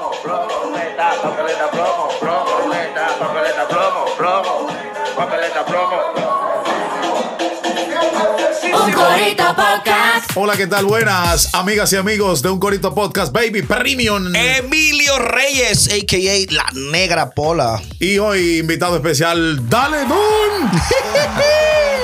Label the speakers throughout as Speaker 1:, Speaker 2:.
Speaker 1: papeleta, papeleta, plomo, plomo, meta, papeleta, plomo, plomo, papeleta, plomo.
Speaker 2: Un corito podcast.
Speaker 3: Hola, ¿qué tal? Buenas, amigas y amigos de Un Corito Podcast Baby Premium.
Speaker 4: Eh.
Speaker 5: Emilio Reyes, a.k.a. La Negra Pola.
Speaker 3: Y hoy, invitado especial, Dale Don.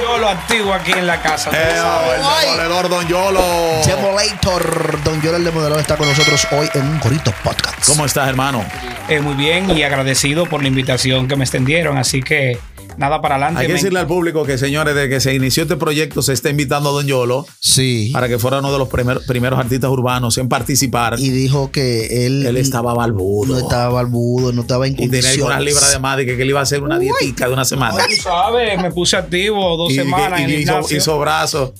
Speaker 4: Yo lo activo aquí en la casa.
Speaker 3: Eh,
Speaker 5: Guay.
Speaker 3: el demoledor Don Yolo.
Speaker 5: Demolator, Don Llorel Demoledor está con nosotros hoy en Un Corito Podcast.
Speaker 3: ¿Cómo estás, hermano?
Speaker 4: Eh, muy bien y agradecido por la invitación que me extendieron. Así que nada para adelante.
Speaker 3: Hay que
Speaker 4: Me-
Speaker 3: decirle al público que, señores, desde que se inició este proyecto, se está invitando a Don Yolo
Speaker 5: Sí.
Speaker 3: para que fuera uno de los primer- primeros artistas urbanos en participar.
Speaker 5: Y dijo que él,
Speaker 3: Él estaba
Speaker 5: no
Speaker 3: barbudo.
Speaker 5: estaba barbudo, no estaba en
Speaker 3: y tenía
Speaker 5: condiciones.
Speaker 3: algunas libras de más y que, que él iba a hacer una dietica de una semana.
Speaker 4: Tú sabes, me puse activo dos
Speaker 3: Y,
Speaker 4: semanas
Speaker 3: y-
Speaker 4: en
Speaker 3: y
Speaker 4: el
Speaker 3: hizo,
Speaker 4: gimnasio.
Speaker 3: hizo brazos.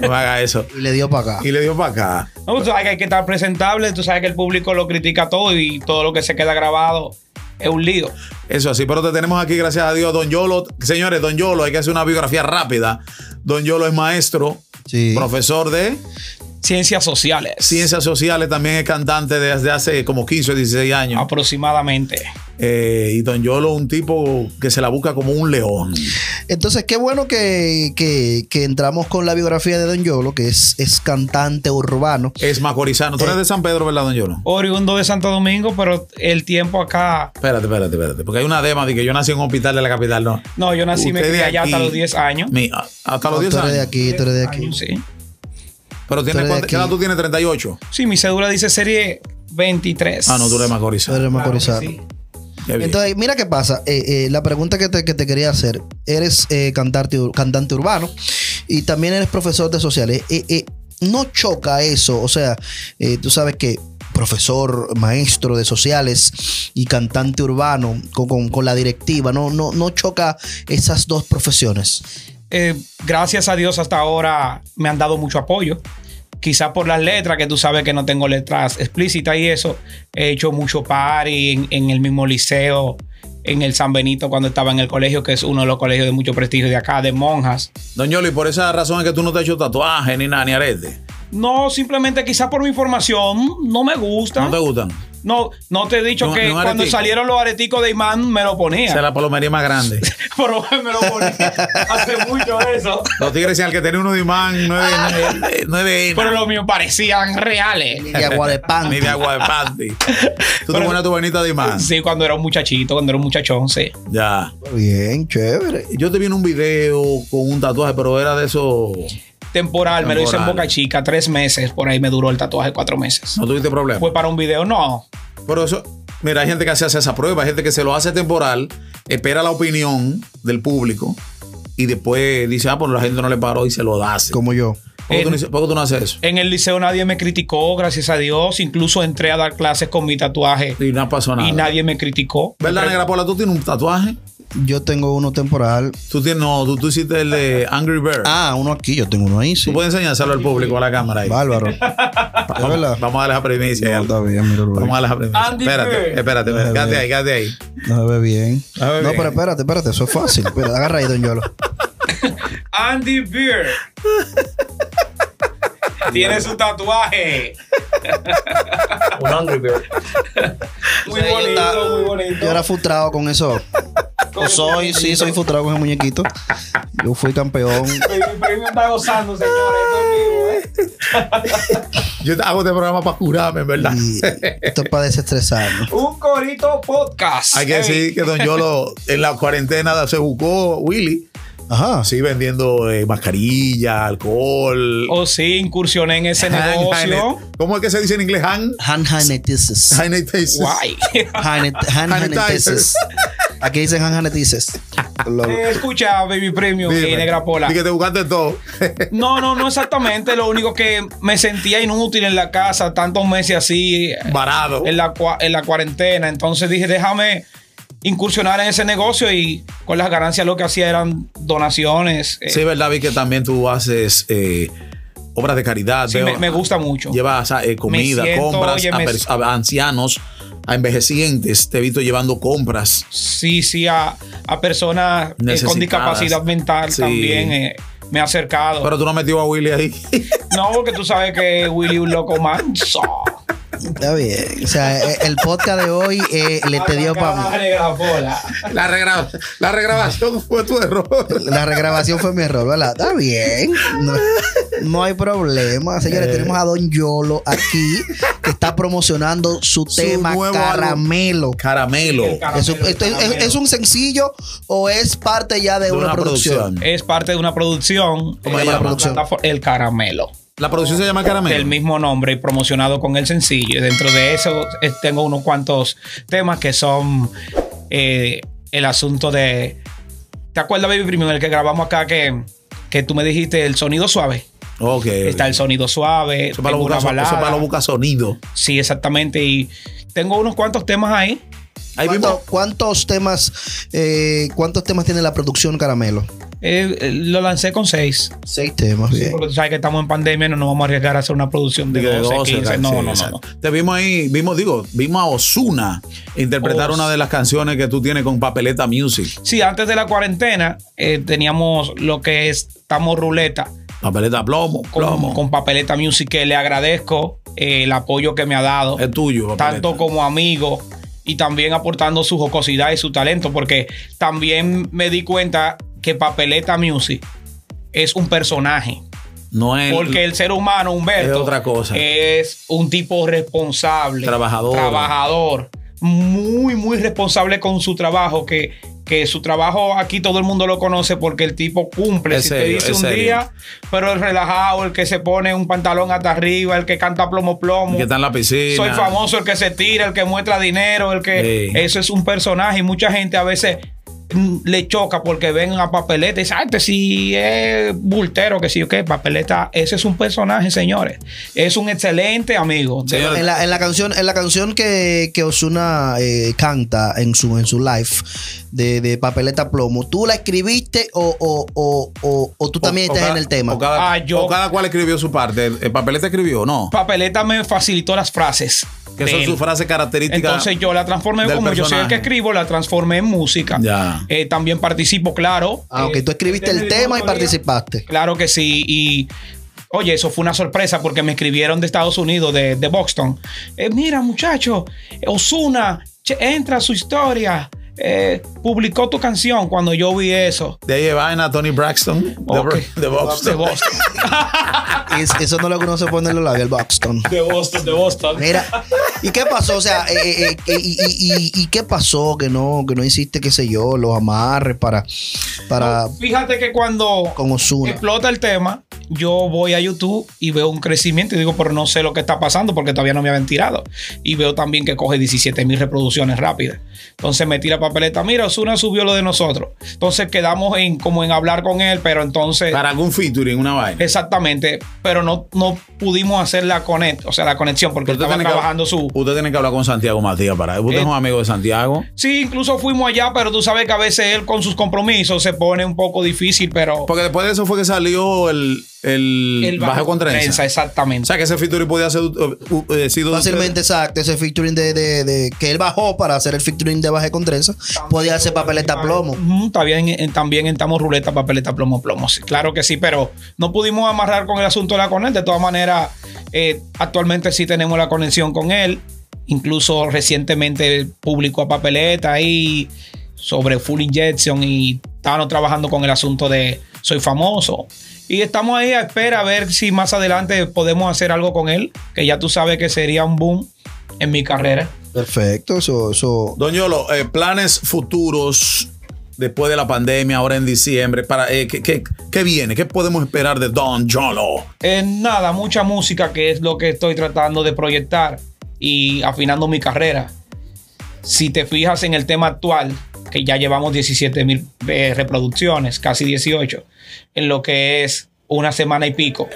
Speaker 3: No haga eso.
Speaker 5: Y le dio para acá.
Speaker 3: Y le dio para acá.
Speaker 4: No, tú sabes que hay que estar presentable. Tú sabes que el público lo critica todo y todo lo que se queda grabado es un lío.
Speaker 3: Eso así, pero te tenemos aquí, gracias a Dios, Don Yolo. Señores, Don Yolo, hay que hacer una biografía rápida. Don Yolo es maestro,
Speaker 5: Sí.
Speaker 3: profesor de
Speaker 4: Ciencias sociales.
Speaker 3: ciencias sociales, también es cantante desde hace como 15 o 16 años.
Speaker 5: Ah,
Speaker 4: Aproximadamente.
Speaker 5: pues.
Speaker 3: Eh, y Don Yolo, un tipo que se la busca como un león.
Speaker 5: Entonces, qué bueno que, que- que entramos con la biografía de Don Yolo, que es, es cantante urbano.
Speaker 3: Es macorizano. Tú
Speaker 5: Eh.
Speaker 3: eres de San Pedro, ¿verdad, Don Yolo?
Speaker 4: Oriundo de Santo Domingo, pero el tiempo acá.
Speaker 3: Espérate, espérate, espérate. Porque hay una dema de que yo nací en un hospital de la capital, ¿no?
Speaker 4: No, yo nací y me
Speaker 3: Usted de
Speaker 4: crié allá hasta
Speaker 3: aquí.
Speaker 4: los 10 años.
Speaker 3: Mi- a- hasta los
Speaker 5: No,
Speaker 3: 10
Speaker 5: tú eres
Speaker 3: años.
Speaker 5: de aquí, tú eres de aquí.
Speaker 4: Años, sí.
Speaker 3: Pero tiene,
Speaker 5: eres de
Speaker 3: ¿cuánto- ¿qué edad
Speaker 5: aquí.
Speaker 3: tú tienes? 38.
Speaker 4: Sí, mi cédula dice serie 23.
Speaker 3: Ah, no, tú eres
Speaker 5: Tú eres
Speaker 3: macorizano.
Speaker 5: macorizano.
Speaker 4: sí.
Speaker 3: Qué bien.
Speaker 5: Entonces, mira qué pasa. Eh, eh, la pregunta que te, que te quería hacer. Eres eh, cantarte- cantante urbano y también eres profesor de sociales. Eh, eh, ¿No choca eso? O sea, eh, tú sabes que profesor, maestro de sociales y cantante urbano con, con- con la directiva, ¿no, no, no choca esas dos profesiones.
Speaker 4: Eh, gracias a Dios hasta ahora me han dado mucho apoyo. Quizás por las letras, que tú sabes que no tengo letras explícitas y eso. He hecho mucho party en, en el mismo liceo, en el San Benito cuando estaba en el colegio, que es uno de los colegios de mucho prestigio de acá, de monjas.
Speaker 3: Don Yolo, y por esa razón es que tú no te has hecho tatuaje ni nada, ni arete.
Speaker 4: No, simplemente quizás por mi formación, no me gusta.
Speaker 3: ¿No te gustan?
Speaker 4: No, no te he dicho
Speaker 3: Ni un-
Speaker 4: que
Speaker 3: ni un
Speaker 4: cuando
Speaker 3: aretico.
Speaker 4: salieron los areticos de Imán me lo ponía.
Speaker 3: Esa es la palomería más grande.
Speaker 4: Pero me lo ponía. Hace mucho eso.
Speaker 3: Los tigres decían el que tenía uno de imán, no es
Speaker 4: Ah.
Speaker 3: de, no es de- no es de
Speaker 4: Pero
Speaker 3: hena,
Speaker 4: los míos parecían reales.
Speaker 5: Ni de agua de pan.
Speaker 3: ni de agua de panty. Tú te
Speaker 4: Pero-
Speaker 3: pones tu venita de imán.
Speaker 4: Sí, cuando era un muchachito, cuando era un muchachón, sí.
Speaker 3: Ya.
Speaker 5: Bien, chévere.
Speaker 3: Yo te vi en un video con un tatuaje, pero era de eso.
Speaker 4: Temporal, me lo hice en
Speaker 3: Temporal.
Speaker 4: Boca Chica, tres meses, por ahí me duró el tatuaje, cuatro meses.
Speaker 3: No tuviste problema.
Speaker 4: ¿Fue para un video? No.
Speaker 3: Pero eso, mira, hay gente que se hace esa prueba, hay gente que se lo hace temporal, espera la opinión del público y después dice, ah, pues la gente no le paró y se lo hace. ¿Por
Speaker 5: Como yo.
Speaker 3: qué tú no dices- por qué tú no haces eso?
Speaker 4: En el liceo nadie me criticó, gracias a Dios. Incluso entré a dar clases con mi tatuaje
Speaker 3: Y no pasó nada.
Speaker 4: y nadie me criticó.
Speaker 3: ¿Verdad, Negra Paula? ¿Tú tienes un tatuaje?
Speaker 5: Yo tengo uno temporal.
Speaker 3: Tú tienes, no, tú, tú hiciste el de Angry Bird.
Speaker 5: Ah, uno aquí, yo tengo uno ahí, sí.
Speaker 3: Tú puedes enseñárselo al público, a la cámara ahí.
Speaker 5: Bárbaro. ¿Es verdad?
Speaker 3: Vamos a darle esa primicia.
Speaker 5: No,
Speaker 3: ahí.
Speaker 5: está bien, míralo ahí.
Speaker 3: Vamos a darle esa primicia.
Speaker 4: Andy
Speaker 3: espérate,
Speaker 4: Bird.
Speaker 3: espérate, quédate ahí, quédate ahí.
Speaker 5: No se ve bien.
Speaker 3: No se ve
Speaker 5: no,
Speaker 3: bien.
Speaker 5: pero espérate, espérate, eso es fácil. Espera, agarra ahí, don Yolo.
Speaker 4: Andy Beer tiene su tatuaje.
Speaker 6: Un Angry Bird.
Speaker 4: Muy bonito, muy bonito.
Speaker 5: Yo era frustrado con eso. Yo soy, sí, soy frustrado con ese muñequito. Yo fui campeón.
Speaker 4: Mi premio está gozando, señores. Esto es
Speaker 3: Yo hago este programa para curarme, en verdad.
Speaker 5: Y esto es para desestresarnos.
Speaker 4: vivo, ¿eh? Un corito podcast.
Speaker 3: Hay que
Speaker 4: Ey.
Speaker 3: decir que Don Yolo en la cuarentena se buscó Willy.
Speaker 5: Ajá.
Speaker 3: Así vendiendo eh, mascarilla, alcohol.
Speaker 4: O sí, incursioné en ese
Speaker 3: hand
Speaker 4: negocio.
Speaker 3: sanit- ¿Cómo es que se dice en inglés? Hand
Speaker 5: Hand sanitisis.
Speaker 3: sanitizer.
Speaker 4: Guay.
Speaker 5: Hand hand sanitisis. Aquí dicen hand sanitisis.
Speaker 4: Eh, escucha, Baby Premium
Speaker 3: Dime.
Speaker 4: y Negra Pola.
Speaker 3: Y que te buscaste todo.
Speaker 4: No, no, no exactamente. Lo único que me sentía inútil en la casa tantos meses así,
Speaker 3: Varado.
Speaker 4: en la, cua- en la cuarentena. Entonces dije, déjame incursionar en ese negocio y con las ganancias lo que hacía eran donaciones. Eh,
Speaker 3: Sí, verdad, vi que también tú haces eh, obras de caridad.
Speaker 4: sí,
Speaker 3: veo-
Speaker 4: me, me gusta mucho.
Speaker 3: Llevas eh, comida,
Speaker 4: Me siento,
Speaker 3: compras
Speaker 4: oye,
Speaker 3: a,
Speaker 4: me-
Speaker 3: pers- a ancianos, a envejecientes. Te he visto llevando compras.
Speaker 4: Sí, sí, a, a personas eh,
Speaker 3: Necesitadas.
Speaker 4: con discapacidad mental
Speaker 3: Sí.
Speaker 4: también eh, me ha acercado.
Speaker 3: Pero tú no has metido a Willy ahí.
Speaker 4: No, porque tú sabes que Willy es un loco manso.
Speaker 5: Está bien. O sea, eh, el podcast de hoy eh, le te dio para mí.
Speaker 3: La, regra- la regrabación fue tu error.
Speaker 5: La regrabación fue mi error, ¿verdad? Está bien. No, no hay problema.
Speaker 3: Eh.
Speaker 5: Señores, tenemos a Don Yolo aquí que está promocionando su, tema
Speaker 3: nuevo álbum.
Speaker 5: Caramelo.
Speaker 3: Caramelo.
Speaker 5: Eso- esto es- es, es un sencillo o es parte ya de,
Speaker 3: De
Speaker 5: una,
Speaker 3: una
Speaker 5: producción?
Speaker 3: producción.
Speaker 4: Es parte de una producción.
Speaker 3: ¿Cómo
Speaker 4: eh,
Speaker 3: se llama la
Speaker 5: producción?
Speaker 4: plataforma- El Caramelo.
Speaker 3: La producción se llama Caramelo.
Speaker 4: Del mismo nombre y promocionado con el sencillo. Dentro de eso eh, tengo unos cuantos temas que son eh, el asunto de. ¿Te acuerdas, Baby Premium, el que grabamos acá que, que tú me dijiste el sonido suave?
Speaker 3: Ok.
Speaker 4: Está el sonido suave.
Speaker 3: Eso para
Speaker 4: tengo
Speaker 3: los busca-
Speaker 4: una
Speaker 3: eso
Speaker 4: balada.
Speaker 3: para los buscasonidos.
Speaker 4: Sí, exactamente. Y tengo unos cuantos temas ahí.
Speaker 3: Ahí
Speaker 5: ¿Cuánto-
Speaker 3: mismo.
Speaker 5: ¿Cuántos temas eh, cuántos temas tiene la producción Caramelo?
Speaker 4: Eh, eh, lo lancé con seis.
Speaker 5: Seis temas, bien.
Speaker 4: Porque tú sabes que estamos en pandemia, no nos vamos a arriesgar a hacer una producción de,
Speaker 3: de que
Speaker 4: 12,
Speaker 3: 12,
Speaker 4: 15.
Speaker 3: tal,
Speaker 4: No,
Speaker 3: sí,
Speaker 4: no, no, no.
Speaker 3: exacto. Te vimos ahí, vimos, digo, vimos a Osuna interpretar
Speaker 4: Os-
Speaker 3: una de las canciones que tú tienes con Papeleta Music.
Speaker 4: Sí, antes de la cuarentena eh, teníamos lo que es Estamos Ruleta
Speaker 3: Papeleta Plomo,
Speaker 4: con,
Speaker 3: Plomo.
Speaker 4: con Papeleta Music, que le agradezco eh, el apoyo que me ha dado,
Speaker 3: es tuyo, Papeleta.
Speaker 4: tanto como amigo y también aportando su jocosidad y su talento, porque también me di cuenta que Papeleta Music es un personaje.
Speaker 3: No es.
Speaker 4: Porque el ser humano, Humberto,
Speaker 3: Es otra cosa.
Speaker 4: es un tipo responsable.
Speaker 3: Trabajador.
Speaker 4: Trabajador. Muy, muy responsable con su trabajo. Que, que su trabajo aquí todo el mundo lo conoce porque el tipo cumple.
Speaker 3: Es
Speaker 4: si te
Speaker 3: serio,
Speaker 4: dice
Speaker 3: es
Speaker 4: un
Speaker 3: serio.
Speaker 4: día, pero el relajado, el que se pone un pantalón hasta arriba, el que canta plomo plomo.
Speaker 3: que está en la piscina.
Speaker 4: Soy famoso, el que se tira, el que muestra dinero, el que.
Speaker 3: Sí.
Speaker 4: Eso es un personaje y mucha gente a veces mm, le choca porque ven a papeleta y dicen, ah, este sí es bultero, que sí, o qué, papeleta. Ese es un personaje, señores. Es un excelente amigo. De-
Speaker 3: Señor,
Speaker 5: En la, en la canción, en la canción que, que Osuna eh, canta en su, en su live de, de papeleta plomo, ¿tú la escribiste o, o, o, o, o tú también
Speaker 3: o- o
Speaker 5: estás
Speaker 3: cada-
Speaker 5: en el tema?
Speaker 3: O cada,
Speaker 4: Ah, yo-
Speaker 3: o cada cual escribió su parte. El, el Papeleta escribió, no.
Speaker 4: Papeleta me facilitó las frases.
Speaker 3: que
Speaker 4: de
Speaker 3: son
Speaker 4: él.
Speaker 3: sus frases características.
Speaker 4: Entonces yo la transformé,
Speaker 3: del
Speaker 4: como yo soy el que
Speaker 3: personaje.
Speaker 4: escribo, la transformé en música.
Speaker 3: Ya.
Speaker 4: Eh, también participo, claro.
Speaker 5: Ah, ok,
Speaker 4: Eh,
Speaker 5: tú escribiste
Speaker 4: de-
Speaker 5: el
Speaker 4: de-
Speaker 5: tema y
Speaker 4: de- de-
Speaker 5: participaste.
Speaker 4: Claro que sí. Y oye, eso fue una sorpresa porque me escribieron de Estados Unidos, de, de Boston. Eh, mira, muchacho, Osuna, entra a su historia. eh, publicó tu canción cuando yo vi eso.
Speaker 3: De ahí de vaina Tony Braxton. de
Speaker 4: Ok.
Speaker 3: Bra- De,
Speaker 4: De
Speaker 3: Boston.
Speaker 4: Boston.
Speaker 5: Es- eso no es lo que uno se pone en los labios, el Buxton.
Speaker 4: De Boston, de Boston.
Speaker 5: Mira, ¿y qué pasó? O sea, eh, eh, eh, y, y- y- y qué pasó que no, que no hiciste, qué sé yo, los amarres para, para
Speaker 4: Fíjate que cuando
Speaker 5: con Osuna?
Speaker 4: explota el tema, yo voy a YouTube y veo un crecimiento y digo, pero no sé lo que está pasando porque todavía no me habían tirado. Y veo también que coge 17 mil reproducciones rápidas. Entonces me tira papeleta, mira, Osuna subió lo de nosotros. Entonces quedamos en como en hablar con él, pero entonces...
Speaker 3: Para algún featuring, una vaina.
Speaker 4: Exactamente, pero no, no pudimos hacer la conect, o sea, la conexión porque él
Speaker 3: Usted
Speaker 4: estaba
Speaker 3: tiene que-
Speaker 4: trabajando su...
Speaker 3: Usted tiene que hablar con Santiago Matías para. Usted
Speaker 4: Eh,
Speaker 3: es un amigo de Santiago.
Speaker 4: Sí, incluso fuimos allá, pero tú sabes que a veces él con sus compromisos se pone un poco difícil, pero...
Speaker 3: Porque después de eso fue que salió el, el,
Speaker 4: él
Speaker 3: bajo, con trenza. O
Speaker 4: Exactamente.
Speaker 3: sea que ese featuring podía ser uh, uh, eh, sido
Speaker 5: Fácilmente, exacto. Ese featuring de, de- de- que él bajó para hacer el featuring de Baje con Trenza, podía hacer papeleta plomo.
Speaker 4: Ujú, también, eh, también estamos ruleta, papeleta, plomo, plomo. Sí, claro que sí, pero no pudimos amarrar con el asunto de la conexión. De todas maneras, eh, actualmente sí tenemos la conexión con él. Incluso recientemente publicó a papeleta ahí sobre Full Injection y estábamos trabajando con el asunto de Soy Famoso. Y estamos ahí a espera a ver si más adelante podemos hacer algo con él, que ya tú sabes que sería un boom en mi carrera.
Speaker 5: Perfecto, eso, eso.
Speaker 3: Don Yolo, eh, planes futuros después de la pandemia, ahora en diciembre, para eh, ¿qué, qué, qué viene? ¿Qué podemos esperar de Don Yolo?
Speaker 4: Eh, nada, mucha música que es lo que estoy tratando de proyectar y afinando mi carrera. Si te fijas en el tema actual, que ya llevamos 17 mil eh, reproducciones, casi 18, en lo que es una semana y pico,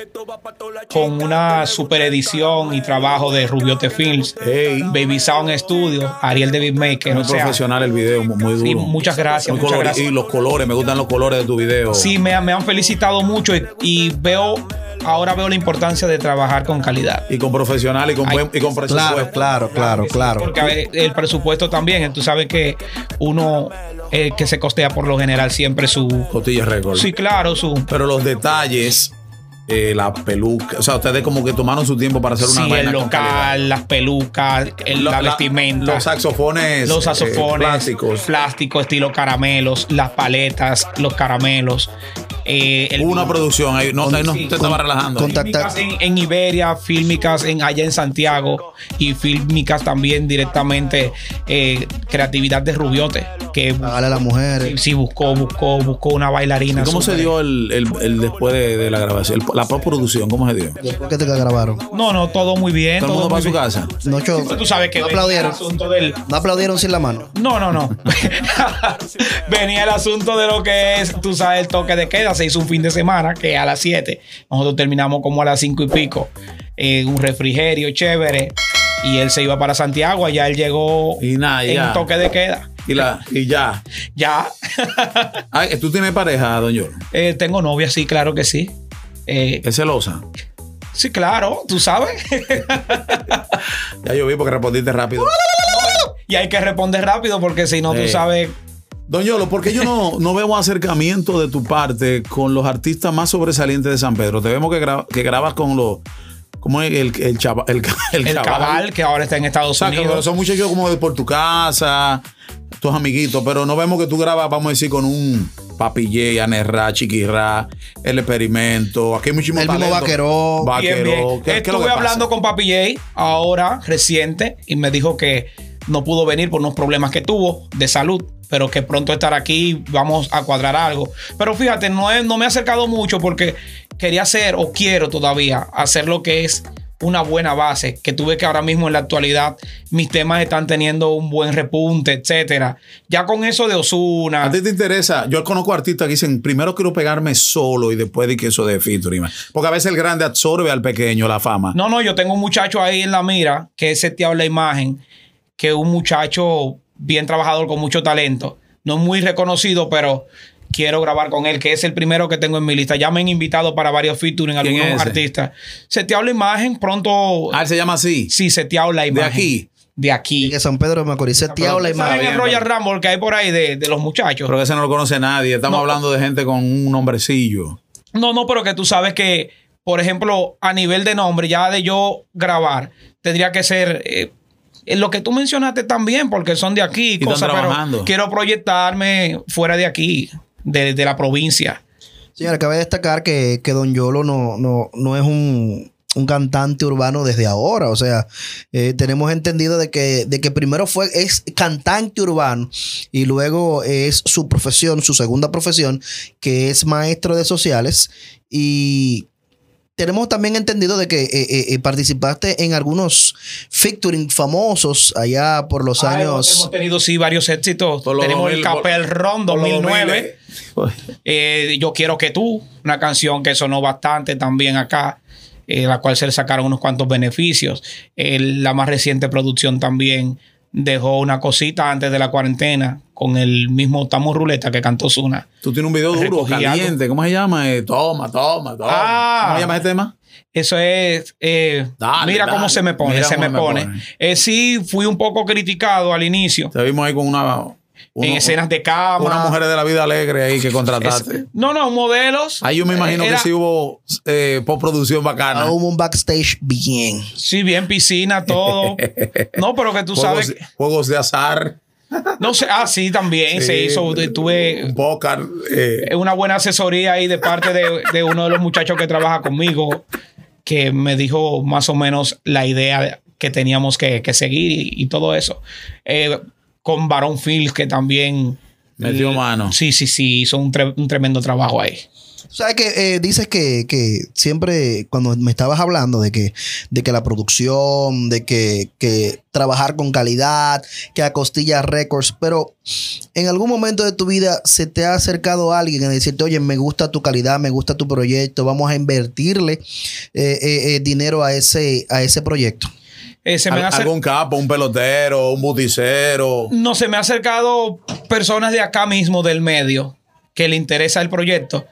Speaker 4: con una super edición y trabajo de Rubiote Films,
Speaker 3: Ey.
Speaker 4: Baby Sound Studio, Ariel de Beatmaker,
Speaker 3: Muy
Speaker 4: o sea,
Speaker 3: profesional el video, muy, muy duro.
Speaker 4: sí, muchas gracias,
Speaker 3: Muy
Speaker 4: muchas
Speaker 3: colori-
Speaker 4: gracias.
Speaker 3: Y los colores, me gustan los colores de tu video.
Speaker 4: Sí, me, me han felicitado mucho y, y veo, ahora veo la importancia de trabajar con calidad.
Speaker 3: Y con profesional y con,
Speaker 4: Ay,
Speaker 3: buen- y con
Speaker 5: Claro,
Speaker 3: presupuesto.
Speaker 5: claro, claro, claro.
Speaker 4: Porque a ver, el presupuesto también, tú sabes que uno eh, que se costea por lo general siempre su...
Speaker 3: Cotilla Record.
Speaker 4: Sí, claro, su...
Speaker 3: Pero los detalles eh, la peluca. O sea, ustedes como que tomaron su tiempo para hacer una
Speaker 4: Sí,
Speaker 3: vaina
Speaker 4: el
Speaker 3: con calidad.
Speaker 4: local, las pelucas, el-
Speaker 3: Lo-
Speaker 4: la, vestimenta.
Speaker 3: Los saxofones.
Speaker 4: los saxofones,
Speaker 3: eh, plásticos.
Speaker 4: plástico, estilo caramelos, las paletas, los caramelos. eh, el-
Speaker 3: Hubo una producción ahí. No, ahí no
Speaker 4: sí,
Speaker 3: te estaba relajando.
Speaker 5: con-
Speaker 4: fílmicas en, en Iberia, fílmicas en, allá en Santiago y fílmicas también directamente eh, creatividad de Rubiote, que
Speaker 3: Ah,
Speaker 5: Pagarle a las mujeres.
Speaker 4: sí, sí buscó, buscó, buscó una bailarina.
Speaker 3: ¿Cómo se
Speaker 4: súper-
Speaker 3: dio el, el- el después de, de la grabación? El- la postproducción, ¿cómo se dio? ¿Todo
Speaker 5: ¿Por qué te grabaron?
Speaker 4: No, no, todo muy bien.
Speaker 3: el mundo
Speaker 4: todo
Speaker 3: para
Speaker 4: muy
Speaker 3: su
Speaker 4: bien.
Speaker 3: casa?
Speaker 5: No, cho-
Speaker 4: Tú sabes que
Speaker 5: no aplaudieron.
Speaker 4: el asunto del,
Speaker 5: No aplaudieron sin la mano.
Speaker 4: No, no, no. Venía el asunto de lo que es, tú sabes, el toque de queda. Se hizo un fin de semana que a las 7. Nosotros terminamos como a las 5 y pico. En un refrigerio chévere. Y él se iba para Santiago. Allá él llegó
Speaker 3: Y nada,
Speaker 4: en
Speaker 3: ya.
Speaker 4: un toque de queda.
Speaker 3: Y, la, y ya.
Speaker 4: Ya.
Speaker 3: Ay, ¿Tú tienes pareja, don Yolo?
Speaker 4: Eh, tengo novia, sí, claro que sí. Eh,
Speaker 3: ¿Es celosa?
Speaker 4: sí, claro, tú sabes.
Speaker 3: Ya yo vi porque respondiste rápido.
Speaker 4: y hay que responder rápido porque si no, tú
Speaker 3: Eh.
Speaker 4: sabes.
Speaker 3: Don Yolo, ¿por qué yo no, no veo acercamiento de tu parte con los artistas más sobresalientes de San Pedro? Te vemos que, gra- que grabas con los. ¿Cómo es el, el, chava- el, ca- el
Speaker 4: El
Speaker 3: cabal?
Speaker 4: cabal que ahora está en
Speaker 3: O
Speaker 4: Estados
Speaker 3: sea, que
Speaker 4: Unidos.
Speaker 3: son muchachos como de por tu casa, tus amiguitos, pero no vemos que tú grabas, vamos a decir, con un papillé, anerra, chiquirra, el experimento. Aquí hay muchísimo
Speaker 5: El mismo
Speaker 3: talento.
Speaker 5: Vaqueró.
Speaker 4: Bien,
Speaker 3: Vaqueró.
Speaker 4: bien.
Speaker 3: ¿Qué- qué es lo
Speaker 4: Estuve
Speaker 3: que pasa?
Speaker 4: hablando con Papi J ahora, reciente, y me dijo que no pudo venir por unos problemas que tuvo de salud, pero que pronto estará aquí vamos a cuadrar algo. Pero fíjate, no, he- no me he acercado mucho porque quería hacer o quiero todavía hacer lo que es una buena base, que tuve que ahora mismo en la actualidad mis temas están teniendo un buen repunte, etcétera. Ya con eso de Osuna.
Speaker 3: ¿A ti te interesa? Yo conozco artistas que dicen, primero quiero pegarme solo y después de que eso de featuring. Porque a veces el grande absorbe al pequeño la fama.
Speaker 4: No, no, yo tengo un muchacho ahí en la mira que es seteado la imagen, que es un muchacho bien trabajador con mucho talento. No es muy reconocido, pero quiero grabar con él, que es el primero que tengo en mi lista. Ya me han invitado para varios featuring
Speaker 3: ¿Quién
Speaker 4: algunos
Speaker 3: es ese?
Speaker 4: artistas. Seteado la imagen, pronto.
Speaker 3: Ah, él se llama así.
Speaker 4: Sí, seteado la imagen.
Speaker 3: aquí?
Speaker 4: De aquí.
Speaker 5: Que San Pedro de Macorís. Tiao la
Speaker 4: ¿Saben
Speaker 5: imagen.
Speaker 4: el Royal Rumble que hay por ahí de, de los muchachos?
Speaker 3: Pero que ese no lo conoce nadie. Estamos
Speaker 4: No.
Speaker 3: hablando de gente con un nombrecillo.
Speaker 4: No, no, pero que tú sabes que, por ejemplo, a nivel de nombre, ya de yo grabar, tendría que ser eh, lo que tú mencionaste también, porque son de aquí,
Speaker 3: están
Speaker 4: cosas, pero
Speaker 3: trabajando.
Speaker 4: quiero proyectarme fuera de aquí, de, de la provincia.
Speaker 5: Señora, cabe destacar que, que Don Yolo no, no, no es un, un cantante urbano desde ahora. O sea, eh, tenemos entendido de que, de que primero fue, es cantante urbano y luego es su profesión, su segunda profesión, que es maestro de sociales. Y tenemos también entendido de que eh, eh, eh, participaste en algunos featuring famosos allá por los
Speaker 4: Ah, hemos-
Speaker 5: años.
Speaker 4: Hemos tenido, sí, varios éxitos.
Speaker 3: Por los
Speaker 4: Tenemos
Speaker 3: 2000,
Speaker 4: el Capel Ron
Speaker 3: Por los
Speaker 4: 2009.
Speaker 3: 2000.
Speaker 4: eh, Yo quiero que tú, una canción que sonó bastante también acá, eh, la cual se le sacaron unos cuantos beneficios. El- la más reciente producción también dejó una cosita antes de la cuarentena con el mismo Tamo Ruleta que cantó Zuna.
Speaker 3: Tú tienes un video duro,
Speaker 4: Recogí algo.
Speaker 3: caliente. ¿Cómo se llama? Eh, toma, toma, toma.
Speaker 4: Ah.
Speaker 3: ¿Cómo se llama ese tema?
Speaker 4: Eso es. eh,
Speaker 3: Dale,
Speaker 4: mira cómo
Speaker 3: dale.
Speaker 4: se me pone,
Speaker 3: Mira
Speaker 4: se
Speaker 3: cómo
Speaker 4: me
Speaker 3: me
Speaker 4: pone.
Speaker 3: pone.
Speaker 4: Eh, sí, fui un poco criticado al inicio
Speaker 3: Te vimos ahí con una.
Speaker 4: en
Speaker 3: uno-
Speaker 4: escenas de cama.
Speaker 3: Unas mujeres de la vida alegre ahí que
Speaker 4: Es-
Speaker 3: contrataste.
Speaker 4: no, no, modelos.
Speaker 3: Ahí yo me imagino
Speaker 4: Era-
Speaker 3: que sí hubo eh, postproducción bacana.
Speaker 5: Hubo un backstage bien.
Speaker 4: Sí, bien piscina, todo. No, pero que tú
Speaker 3: juegos,
Speaker 4: sabes.
Speaker 3: juegos de azar,
Speaker 4: No sé, ah, sí, también se
Speaker 3: Sí.
Speaker 4: hizo. Tuve
Speaker 3: un póker. eh,
Speaker 4: una buena asesoría ahí de parte de, de uno de los muchachos que trabaja conmigo, que me dijo más o menos la idea que teníamos que, que seguir y, y todo eso. Eh, con Barón Fields, que también. eh,
Speaker 3: Metió mano.
Speaker 4: Sí, sí, sí, hizo un, tre- un tremendo trabajo ahí.
Speaker 5: Tú sabes que eh, dices que, que siempre cuando me estabas hablando de que, de que la producción, de que, que trabajar con calidad, que acostilla récords, pero en algún momento de tu vida se te ha acercado alguien a decirte, oye, me gusta tu calidad, me gusta tu proyecto, vamos a invertirle eh, eh, eh, dinero a ese, a ese proyecto.
Speaker 4: Eh, se me
Speaker 3: al-
Speaker 4: hace-
Speaker 3: algún capo, un pelotero, un buticero.
Speaker 4: No, se me ha acercado personas de acá mismo, del medio, que le interesa el proyecto.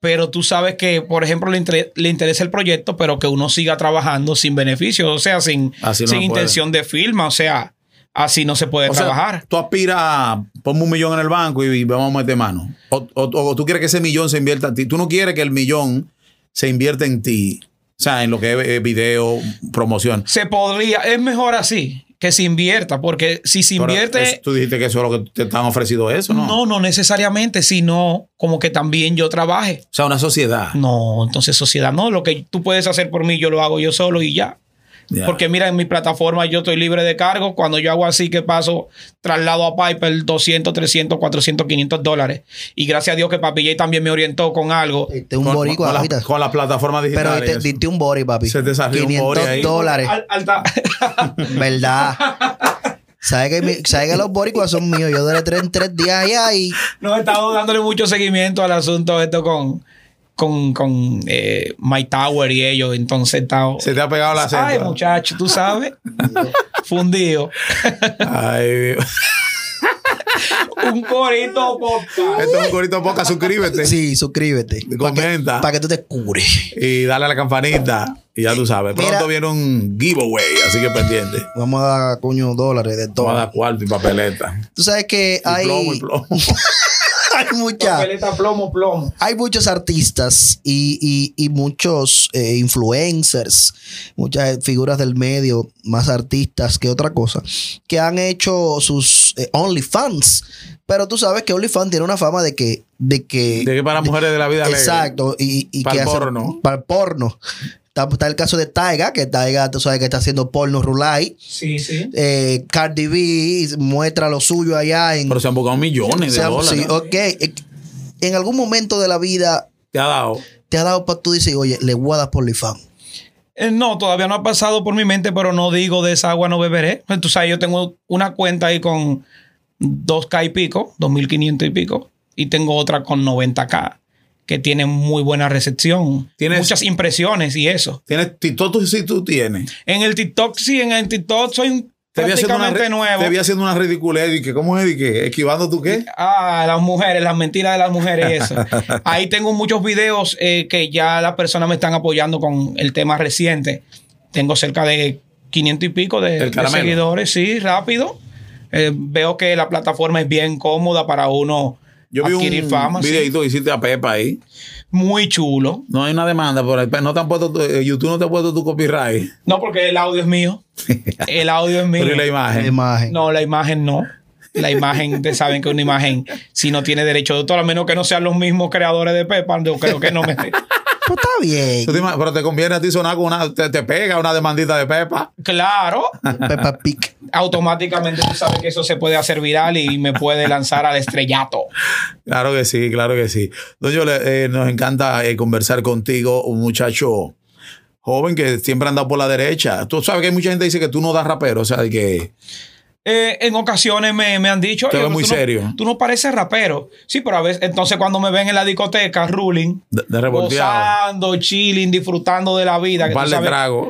Speaker 4: Pero tú sabes que, por ejemplo, le, inter- le interesa el proyecto, pero que uno siga trabajando sin beneficios, o sea, sin,
Speaker 3: Así no
Speaker 4: sin
Speaker 3: se puede.
Speaker 4: intención de firma, o sea, así no se puede
Speaker 3: O sea,
Speaker 4: trabajar.
Speaker 3: tú aspiras a ponme un millón en el banco y, y vamos a meter mano. O, o- o tú quieres que ese millón se invierta a ti. Tú no quieres que el millón se invierte en ti. O sea, en lo que es eh, video, promoción.
Speaker 4: Se podría, es mejor así, que se invierta, porque si se
Speaker 3: Pero
Speaker 4: invierte...
Speaker 3: es- tú dijiste que eso es lo que te están ofrecido eso, ¿no?
Speaker 4: No, no necesariamente, sino como que también yo trabaje.
Speaker 3: O sea, una sociedad.
Speaker 4: No, entonces sociedad, no, lo que tú puedes hacer por mí, yo lo hago yo solo y ya.
Speaker 3: Ya.
Speaker 4: Porque mira, en mi plataforma yo estoy libre de cargo. Cuando yo hago así que paso, traslado a Piper 200, 300, 400, 500 dólares. Y gracias a Dios que Papi J también me orientó con algo.
Speaker 5: Diste Este, un
Speaker 3: con,
Speaker 5: bori
Speaker 3: con, la-
Speaker 5: guajita.
Speaker 3: con las plataformas
Speaker 5: Pero este
Speaker 3: digitales.
Speaker 5: diste,
Speaker 3: y eso.
Speaker 5: diste un bori, papi.
Speaker 3: Se te salió un bori ahí.
Speaker 5: dólares.
Speaker 4: Al- alta-
Speaker 5: ¿Verdad? ¿Sabes que, mi- sabe que los boricuas son míos? Yo duré tres, tres días allá y
Speaker 4: Nos estamos dándole mucho seguimiento al asunto esto con, con, con eh, My Tower y ellos. Entonces está.
Speaker 3: Se te ha pegado la acento.
Speaker 4: Ay, muchacho, tú sabes. Fundido.
Speaker 3: Ay, Dios.
Speaker 4: Un corito podcast.
Speaker 3: Esto es un corito poca, suscríbete.
Speaker 5: sí, suscríbete.
Speaker 3: Comenta.
Speaker 5: Para que tú te cures.
Speaker 3: Y dale a la campanita. Y ya tú sabes. Pronto
Speaker 5: Mira.
Speaker 3: viene un giveaway, así que pendiente.
Speaker 5: Vamos a dar coño dólares de todo.
Speaker 3: Toma cuarto y papeleta.
Speaker 5: Tú sabes que
Speaker 3: Y
Speaker 5: hay,
Speaker 3: plomo, y plomo.
Speaker 5: hay mucha-
Speaker 4: Papeleta, plomo, plomo.
Speaker 5: hay muchos artistas y, y- y muchos eh, influencers, muchas figuras del medio, más artistas que otra cosa, que han hecho sus eh, OnlyFans. Pero tú sabes que OnlyFans tiene una fama de que... De que
Speaker 3: De que para mujeres de la vida alegre.
Speaker 5: Exacto. Y, y
Speaker 3: Pa'l
Speaker 5: que hacen-
Speaker 3: porno.
Speaker 5: pa'l porno. Está, está el caso de Taiga, que Taiga, tú sabes que está haciendo porno Rulay.
Speaker 4: Sí, sí.
Speaker 5: Eh, Cardi B muestra lo suyo allá en.
Speaker 3: Pero se han buscado millones de
Speaker 5: o sea,
Speaker 3: dólares.
Speaker 5: sí, ok. Eh, En algún momento de la vida
Speaker 3: Te ha dado.
Speaker 5: te ha dado para tú dices, oye, le voy a dar por OnlyFans.
Speaker 4: Eh, No, todavía no ha pasado por mi mente, pero no digo de esa agua no beberé. Tú sabes, yo tengo una cuenta ahí con 2K y pico, 2500 y pico, y tengo otra con 90K, que tiene muy buena recepción,
Speaker 3: Tienes-
Speaker 4: muchas impresiones y eso.
Speaker 3: Tienes TikTok, tú sí tú tienes.
Speaker 4: En el TikTok, sí, en el TikTok soy un-
Speaker 3: Te vi haciendo una,
Speaker 4: prácticamente
Speaker 3: ri-
Speaker 4: nuevo.
Speaker 3: te vi haciendo una ridiculez. Y que, ¿Cómo es? Y que, ¿Esquivando tú qué?
Speaker 4: Ah, las mujeres, las mentiras de las mujeres y eso. Ahí tengo muchos videos eh, que ya las personas me están apoyando con el tema reciente. Tengo cerca de 500 y pico de,
Speaker 3: El
Speaker 4: de
Speaker 3: caramelo.
Speaker 4: seguidores, sí, rápido. Eh, veo que la plataforma es bien cómoda para uno
Speaker 3: Yo vi
Speaker 4: adquirir
Speaker 3: un
Speaker 4: fama. sí.
Speaker 3: videito que hiciste a Pepa ahí.
Speaker 4: Muy chulo.
Speaker 3: No hay una demanda por ahí. No te han puesto, tu- eh, YouTube no te ha puesto tu copyright.
Speaker 4: No, porque el audio es mío. El audio es mío.
Speaker 3: Pero y la
Speaker 5: La
Speaker 3: imagen.
Speaker 5: imagen.
Speaker 4: No, la imagen no. La imagen, te saben que una imagen, si no tiene derecho de autor, a menos que no sean los mismos creadores de Peppa, yo creo que no me.
Speaker 5: Pues está
Speaker 3: Tú
Speaker 5: bien.
Speaker 3: te ima- Pero te conviene a ti sonar con una. Te, te pega una demandita de Pepa.
Speaker 4: Claro,
Speaker 5: Peppa Pig.
Speaker 4: automáticamente tú sabes que eso se puede hacer viral y me puede lanzar al estrellato.
Speaker 3: Claro que sí, claro que sí. Don Yole, eh, nos encanta eh, conversar contigo, un muchacho joven que siempre anda por la derecha. Tú sabes que hay mucha gente que dice que tú no das rapero, o sea, de que
Speaker 4: Eh, en ocasiones me, me han dicho.
Speaker 3: Te
Speaker 4: "Oye,
Speaker 3: ves
Speaker 4: pero
Speaker 3: muy
Speaker 4: tú no-
Speaker 3: serio".
Speaker 4: tú no pareces rapero. Sí, pero a veces, entonces cuando me ven en la discoteca, ruling,
Speaker 3: de, de revolteado.
Speaker 4: gozando, chilling, disfrutando de la vida.
Speaker 3: Un
Speaker 4: que
Speaker 3: par
Speaker 4: tú
Speaker 3: de
Speaker 4: sabes-
Speaker 3: tragos.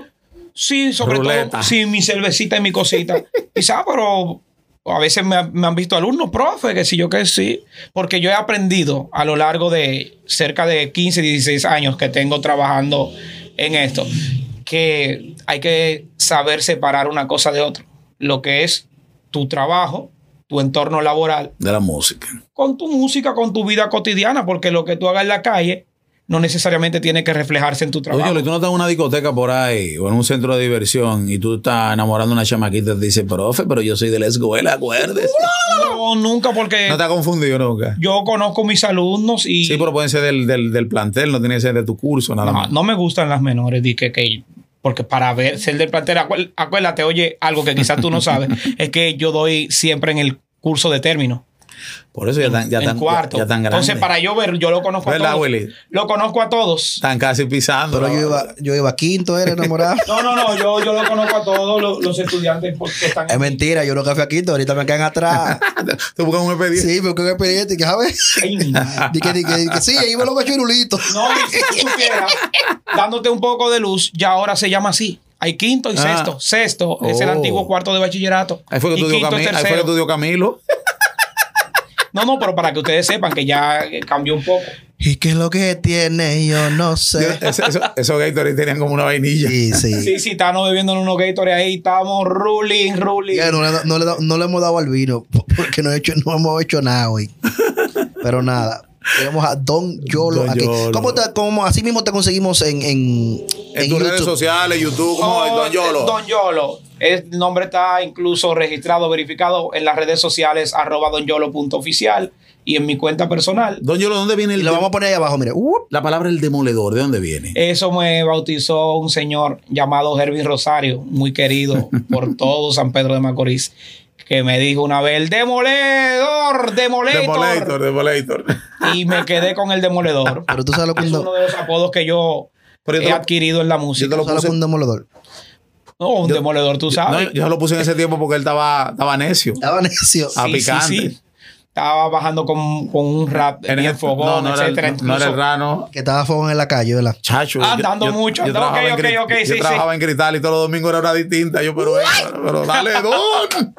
Speaker 4: Sí, sobre
Speaker 3: Ruleta.
Speaker 4: todo. Sí, mi cervecita y mi cosita. Quizá, pero a veces me, ha- me han visto alumnos, profe, que sí, yo que sí. Porque yo he aprendido a lo largo de cerca de 15, 16 años que tengo trabajando en esto, que hay que saber separar una cosa de otra. Lo que es tu trabajo, tu entorno laboral,
Speaker 3: De la música.
Speaker 4: con tu música, con tu vida cotidiana, porque lo que tú hagas en la calle no necesariamente tiene que reflejarse en tu
Speaker 3: Oye,
Speaker 4: trabajo.
Speaker 3: Yole, tú no estás en una discoteca por ahí o en un centro de diversión y tú estás enamorando a una chamaquita y te dice, profe, pero yo soy de la escuela, acuérdese.
Speaker 4: No, nunca porque...
Speaker 3: No te has confundido nunca.
Speaker 4: yo conozco mis alumnos y
Speaker 3: Sí, pero pueden ser del, del, del plantel, no tiene que ser de tu curso, nada
Speaker 4: no,
Speaker 3: más.
Speaker 4: no me gustan las menores, di que, que- porque para ver ser del plantel, acuérdate, acuérdate, oye, algo que quizás tú no sabes, es que yo doy siempre en el curso de término,
Speaker 3: Por eso ya están, ya
Speaker 4: en
Speaker 3: están,
Speaker 4: cuarto.
Speaker 3: ya, ya están grandes.
Speaker 4: Entonces, para yo ver, yo lo conozco
Speaker 3: ¿Verdad,
Speaker 4: a todos.
Speaker 3: Willy?
Speaker 4: Lo conozco a todos.
Speaker 3: Están casi pisando.
Speaker 5: Pero
Speaker 3: la-
Speaker 5: yo iba, yo iba quinto, era enamorado.
Speaker 4: No, no, no, yo, yo lo conozco a todos los, los estudiantes porque están
Speaker 5: Es mentira, yo nunca fui a quinto, ahorita me quedan atrás.
Speaker 3: Tú buscas un expediente.
Speaker 5: Sí, pero qué expediente, que ¿sabes?
Speaker 4: Ay, mi madre.
Speaker 5: Di que, di que, di que sí, ahí iba los machurulitos.
Speaker 4: No, si tú supieras, dándote un poco de luz, ya ahora se llama así. Hay quinto y
Speaker 3: Ah.
Speaker 4: sexto. Sexto es el
Speaker 3: Oh.
Speaker 4: antiguo cuarto de bachillerato.
Speaker 3: Ahí fue que
Speaker 4: y
Speaker 3: estudió
Speaker 4: quinto es
Speaker 3: Camilo. Ahí fue que
Speaker 4: tercero.
Speaker 3: estudió Camilo.
Speaker 4: No, no, pero para que ustedes sepan que ya eh, cambió un poco.
Speaker 5: ¿Y qué es lo que tiene? Yo no sé.
Speaker 3: Eso- eso- Esos Gatorade tenían como una vainilla.
Speaker 5: Sí, sí.
Speaker 4: Sí, sí, estamos bebiendo unos Gatorade ahí, estamos ruling, ruling.
Speaker 5: Ya, no, le, no le da- no le hemos dado al vino porque no, he hecho, no hemos hecho nada hoy. Pero nada. Tenemos a Don Yolo
Speaker 3: Don
Speaker 5: aquí.
Speaker 3: Yolo.
Speaker 5: ¿Cómo, te- cómo así mismo te conseguimos en, en,
Speaker 3: En,
Speaker 5: en
Speaker 3: tus redes
Speaker 5: YouTube?
Speaker 3: sociales, YouTube, como
Speaker 4: Oh,
Speaker 3: Don Yolo.
Speaker 4: Don Yolo. El nombre está incluso registrado, verificado en las redes sociales, arroba donyolo.oficial y en mi cuenta personal.
Speaker 3: Don Yolo, ¿dónde viene
Speaker 5: Y
Speaker 3: el
Speaker 5: lo vamos a poner ahí abajo, mire. Uop.
Speaker 3: la palabra el demoledor? ¿De dónde viene?
Speaker 4: Eso me bautizó un señor llamado Hervin Rosario, muy querido por todo San Pedro de Macorís, que me dijo una vez, el demoledor, demoledor.
Speaker 3: Demoledor, Demoledor.
Speaker 4: Y me quedé con el demoledor.
Speaker 5: Pero tú sabes lo que
Speaker 4: Es
Speaker 5: un,
Speaker 4: uno
Speaker 5: do-
Speaker 4: de los apodos que yo
Speaker 3: Pero yo te
Speaker 4: he
Speaker 3: lo-
Speaker 4: adquirido en la música.
Speaker 3: yo te lo
Speaker 5: tú sabes lo que
Speaker 3: puse-
Speaker 5: un demoledor.
Speaker 4: No, un
Speaker 3: yo-
Speaker 4: demoledor, tú sabes.
Speaker 3: No, yo se lo puse en ese tiempo porque él estaba, estaba necio.
Speaker 5: Estaba necio.
Speaker 3: Ah, picante.
Speaker 4: Estaba bajando con, con un rap en el
Speaker 3: ese-
Speaker 4: fogón,
Speaker 3: no, no
Speaker 4: etcétera.
Speaker 3: Era, no- no era el
Speaker 4: incluso.
Speaker 3: rano.
Speaker 5: Que estaba fogón en la calle, ¿verdad?
Speaker 3: Chacho. yo-
Speaker 4: Andando mucho. No,
Speaker 3: trabajaba
Speaker 4: ok,
Speaker 3: en
Speaker 4: ok,
Speaker 3: Cri-
Speaker 4: ok,
Speaker 3: yo
Speaker 4: sí, sí.
Speaker 3: trabajaba en cristal y todos los domingos era una distinta. Yo, pero, eh, pero dale, don.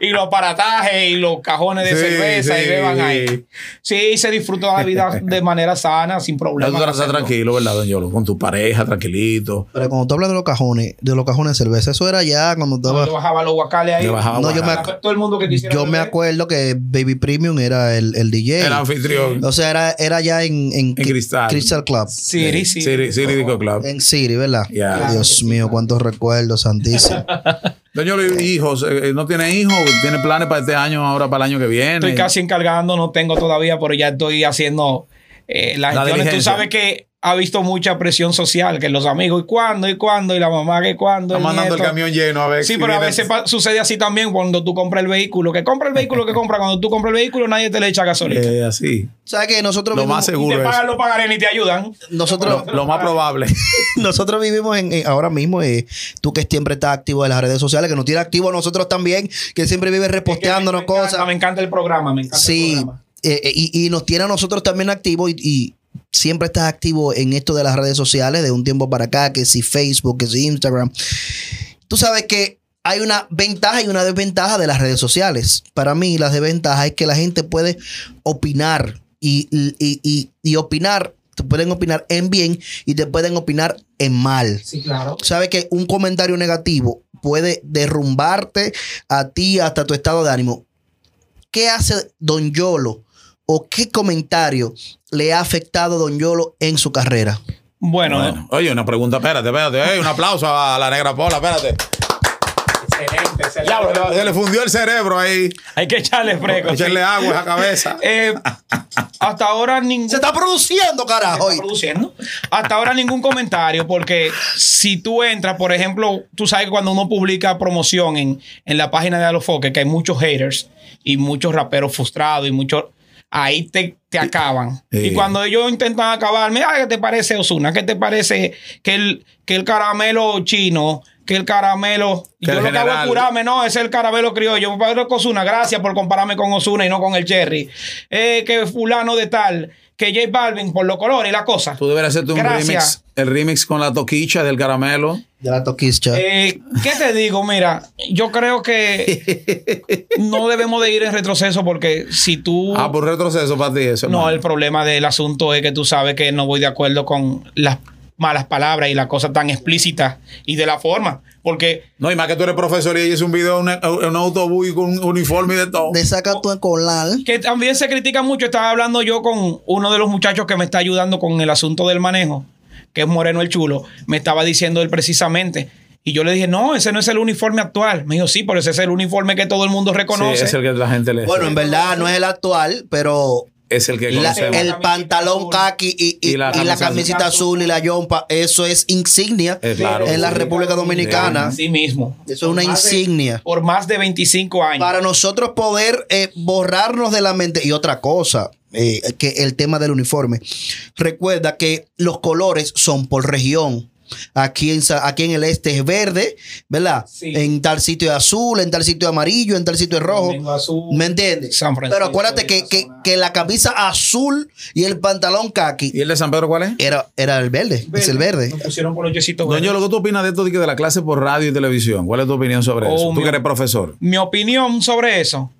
Speaker 4: y los aparatajes y los cajones de
Speaker 3: Sí,
Speaker 4: cerveza y
Speaker 3: sí.
Speaker 4: beban ahí. Sí, se disfruta la vida de manera sana, sin
Speaker 3: Ya tú
Speaker 4: problemas.
Speaker 3: tratas tranquilo, ¿verdad, don Yolo? Con tu pareja, tranquilito.
Speaker 5: Pero cuando tú hablas de los cajones, de los cajones de cerveza, eso era ya cuando estaba.
Speaker 4: Yo bajaba los guacales ahí.
Speaker 3: Yo bajaba
Speaker 5: No, yo me
Speaker 3: guacala.
Speaker 5: ac-
Speaker 4: Todo el mundo que quisiera.
Speaker 5: Yo me
Speaker 4: beber.
Speaker 5: acuerdo que Baby Premium era el, el DJ.
Speaker 3: El anfitrión.
Speaker 5: O sea, era, era ya en, en, Cri-
Speaker 3: Cristal.
Speaker 5: Club.
Speaker 4: Sí, sí.
Speaker 3: Siri, Siri Disco Club.
Speaker 5: En Siri, ¿verdad?
Speaker 3: Ya.
Speaker 5: Dios mío, cuántos recuerdos, santísimo.
Speaker 3: Don Yolo, hijos, eh, ¿no tiene hijos? ¿Tiene planes para este año, ahora para el año que viene?
Speaker 4: Estoy casi encargando, no tengo todavía, pero ya estoy haciendo eh, las
Speaker 3: La
Speaker 4: gestiones. Tú
Speaker 3: diligencia.
Speaker 4: sabes que ha visto mucha presión social, que los amigos, ¿y cuándo? ¿Y cuándo? ¿Y la mamá, que cuándo?
Speaker 3: Está
Speaker 4: el
Speaker 3: mandando el
Speaker 4: nieto.
Speaker 3: camión lleno a ver.
Speaker 4: Sí,
Speaker 3: si
Speaker 4: pero a
Speaker 3: viene-
Speaker 4: veces pa- sucede así también cuando tú compras el vehículo. Que compra el vehículo que compra. Cuando tú compras el vehículo, nadie te le echa gasolina.
Speaker 3: Eh, así.
Speaker 5: ¿Sabes que nosotros
Speaker 3: Lo
Speaker 5: vivimos,
Speaker 3: más
Speaker 4: Y te
Speaker 3: seguro es.
Speaker 4: pagan los pagaré ni te ayudan.
Speaker 5: nosotros,
Speaker 3: Lo, lo más probable.
Speaker 5: nosotros vivimos en, en- ahora mismo, eh, tú que siempre estás activo en las redes sociales, que nos tienes activo a nosotros también, que siempre vives reposteándonos
Speaker 4: Me encanta,
Speaker 5: cosas.
Speaker 4: Me encanta el programa, me encanta el
Speaker 5: Sí,
Speaker 4: programa.
Speaker 5: eh, eh, y, y nos tiene a nosotros también activos y, y siempre estás activo en esto de las redes sociales de un tiempo para acá, que si Facebook, que si Instagram. Tú sabes que hay una ventaja y una desventaja de las redes sociales. Para mí, la desventaja es que la gente puede opinar y, y- y- y- y opinar, te pueden opinar en bien y te pueden opinar en mal
Speaker 4: Sí, claro.
Speaker 5: sabes que un comentario negativo puede derrumbarte a ti hasta tu estado de ánimo. ¿Qué hace Don Yolo o qué comentario le ha afectado a Don Yolo en su carrera?
Speaker 4: Bueno,
Speaker 3: Bueno, oye, una pregunta, espérate, espérate. Ey, un aplauso a la negra Pola, espérate.
Speaker 4: excelente, excelente.
Speaker 3: Ya, bro, se le fundió el cerebro ahí.
Speaker 4: Hay que echarle fresco. sí.
Speaker 3: Echarle agua a esa cabeza.
Speaker 4: Eh, hasta ahora ningún.
Speaker 5: Se está produciendo, carajo.
Speaker 4: está produciendo. Hasta ahora ningún comentario, porque si tú entras, por ejemplo, tú sabes que cuando uno publica promoción en, en la página de Alofoque, que hay muchos haters y muchos raperos frustrados y muchos. Ahí te, te acaban.
Speaker 3: Sí.
Speaker 4: Y cuando ellos intentan acabarme, ay, ¿qué te parece Osuna? ¿Qué te parece que el, que el caramelo chino? Que el caramelo.
Speaker 3: Que el
Speaker 4: yo lo que hago es
Speaker 3: general.
Speaker 4: curarme, no, es el caramelo criollo. Padre Osuna, gracias por compararme con Osuna y no con el Cherry. Eh, que fulano de tal, que J Balvin por los colores y la cosa.
Speaker 3: Tú deberías hacerte un
Speaker 4: Gracias.
Speaker 3: remix. El remix con la toquicha del caramelo.
Speaker 5: De la toquischa.
Speaker 4: Eh, ¿Qué te digo? Mira, yo creo que no debemos de ir en retroceso porque si
Speaker 5: Uh.
Speaker 4: tú...
Speaker 3: Ah, por retroceso para ti eso.
Speaker 4: No,
Speaker 3: hermano.
Speaker 4: el problema del asunto es que tú sabes que no voy de acuerdo con las malas palabras y la cosa tan explícita y de la forma. Porque
Speaker 3: No, y más que tú eres profesor y ella hizo un video en un- en un autobús y con un uniforme y de todo.
Speaker 5: de saca tu encolar.
Speaker 4: que también se critica mucho, estaba hablando yo con uno de los muchachos que me está ayudando con el asunto del manejo, que es Moreno el Chulo, me estaba diciendo él precisamente. Y yo le dije, no, ese no es el uniforme actual. Me dijo, sí, pero ese es el uniforme que todo el mundo reconoce.
Speaker 3: Sí, es el que la gente le.
Speaker 5: Bueno, en verdad no es el actual, pero
Speaker 3: es el que
Speaker 5: la-
Speaker 3: conocemos.
Speaker 5: el pantalón kaki y, y-
Speaker 3: Y la
Speaker 5: y la
Speaker 3: camisa-
Speaker 5: camisita azul y la yompa, eso es insignia
Speaker 3: Eh, claro.
Speaker 5: en la República Dominicana.
Speaker 4: Sí mismo.
Speaker 5: Eso es una
Speaker 4: Por más de-
Speaker 5: insignia.
Speaker 4: Por más de 25 años.
Speaker 5: Para nosotros poder eh, borrarnos de la mente. Y otra cosa, eh, que el tema del uniforme. Recuerda que los colores son por región. Aquí en, Sa- aquí en el este es verde, ¿verdad?
Speaker 4: Sí.
Speaker 5: En tal sitio es azul, en tal sitio es amarillo, en tal sitio es rojo.
Speaker 4: Domingo azul,
Speaker 5: ¿Me entiendes?
Speaker 4: San Francisco
Speaker 5: Pero acuérdate
Speaker 4: y
Speaker 5: que,
Speaker 4: esa
Speaker 5: que-
Speaker 4: zona.
Speaker 5: que la camisa azul y el pantalón
Speaker 3: ¿Y
Speaker 5: khaki
Speaker 3: el de San Pedro cuál es?
Speaker 5: era, era el verde, es el verde.
Speaker 4: Nos pusieron por los yesitos
Speaker 3: Don
Speaker 4: verdes.
Speaker 3: Yolo, ¿qué tú opinas de esto de que de la clase por radio y televisión? ¿Cuál es tu opinión sobre
Speaker 4: Oh,
Speaker 3: eso? Tú
Speaker 4: mi-
Speaker 3: que eres profesor.
Speaker 4: mi opinión sobre eso,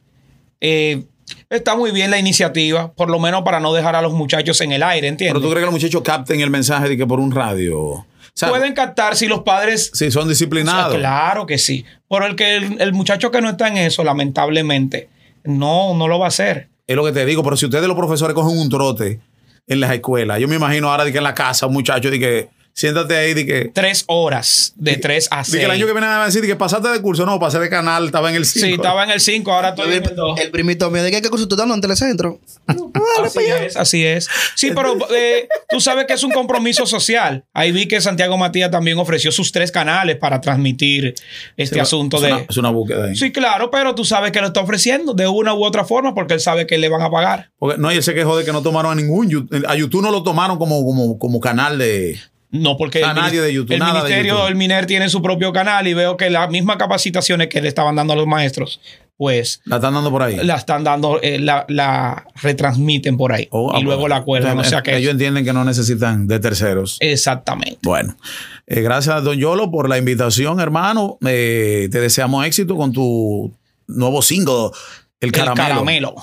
Speaker 4: eh, está muy bien la iniciativa, por lo menos para no dejar a los muchachos en el aire,
Speaker 3: Pero
Speaker 4: ¿entiendes?
Speaker 3: tú crees que los muchachos capten el mensaje de que por un radio. O sea,
Speaker 4: Pueden captar si los padres...
Speaker 3: si son
Speaker 4: Ah,
Speaker 3: disciplinados.
Speaker 4: claro que sí. Pero el, que, el, el muchacho que no está en eso, lamentablemente, no, no lo va a hacer.
Speaker 3: Es lo que te digo, pero si ustedes los profesores cogen un trote en las escuelas, yo me imagino ahora de que en la casa un muchacho de que siéntate ahí de que
Speaker 4: Tres horas, de tres a
Speaker 3: de que
Speaker 4: seis.
Speaker 3: el año que viene me van a decir de que pasaste de curso, no, pasé de canal, estaba en el 5.
Speaker 4: Sí, estaba en el 5, ahora estoy en el 2.
Speaker 5: El primito mío, ¿de qué, qué curso tú estás dando en Telecentro? Dale,
Speaker 4: Así
Speaker 5: pues ya.
Speaker 4: es, así es. Sí, pero eh, tú sabes que es un compromiso social. Ahí vi que Santiago Matías también ofreció sus tres canales para transmitir este asunto
Speaker 3: es
Speaker 4: de...
Speaker 3: Una, es una búsqueda ahí.
Speaker 4: Sí, claro, pero tú sabes que lo está ofreciendo de una u otra forma porque él sabe que le van a pagar.
Speaker 3: Porque, no, y él se quejó de que no tomaron a ningún. Yu- A YouTube no lo tomaron como, como, como canal de.
Speaker 4: No, porque
Speaker 3: A
Speaker 4: el,
Speaker 3: nadie de YouTube,
Speaker 4: el
Speaker 3: nada de
Speaker 4: ministerio
Speaker 3: YouTube.
Speaker 4: el MINER tiene su propio canal y veo que las mismas capacitaciones que le estaban dando a los maestros, pues
Speaker 3: La están dando por ahí.
Speaker 4: la están dando, eh, la, la retransmiten por ahí
Speaker 3: Oh, ah,
Speaker 4: y luego la acuerdan. O
Speaker 3: eh,
Speaker 4: sea que
Speaker 3: Ellos entienden que no necesitan de terceros.
Speaker 4: exactamente.
Speaker 3: Bueno, eh, gracias, don Yolo, por la invitación, hermano. Eh, te deseamos éxito con tu nuevo single, El Caramelo.
Speaker 4: El caramelo.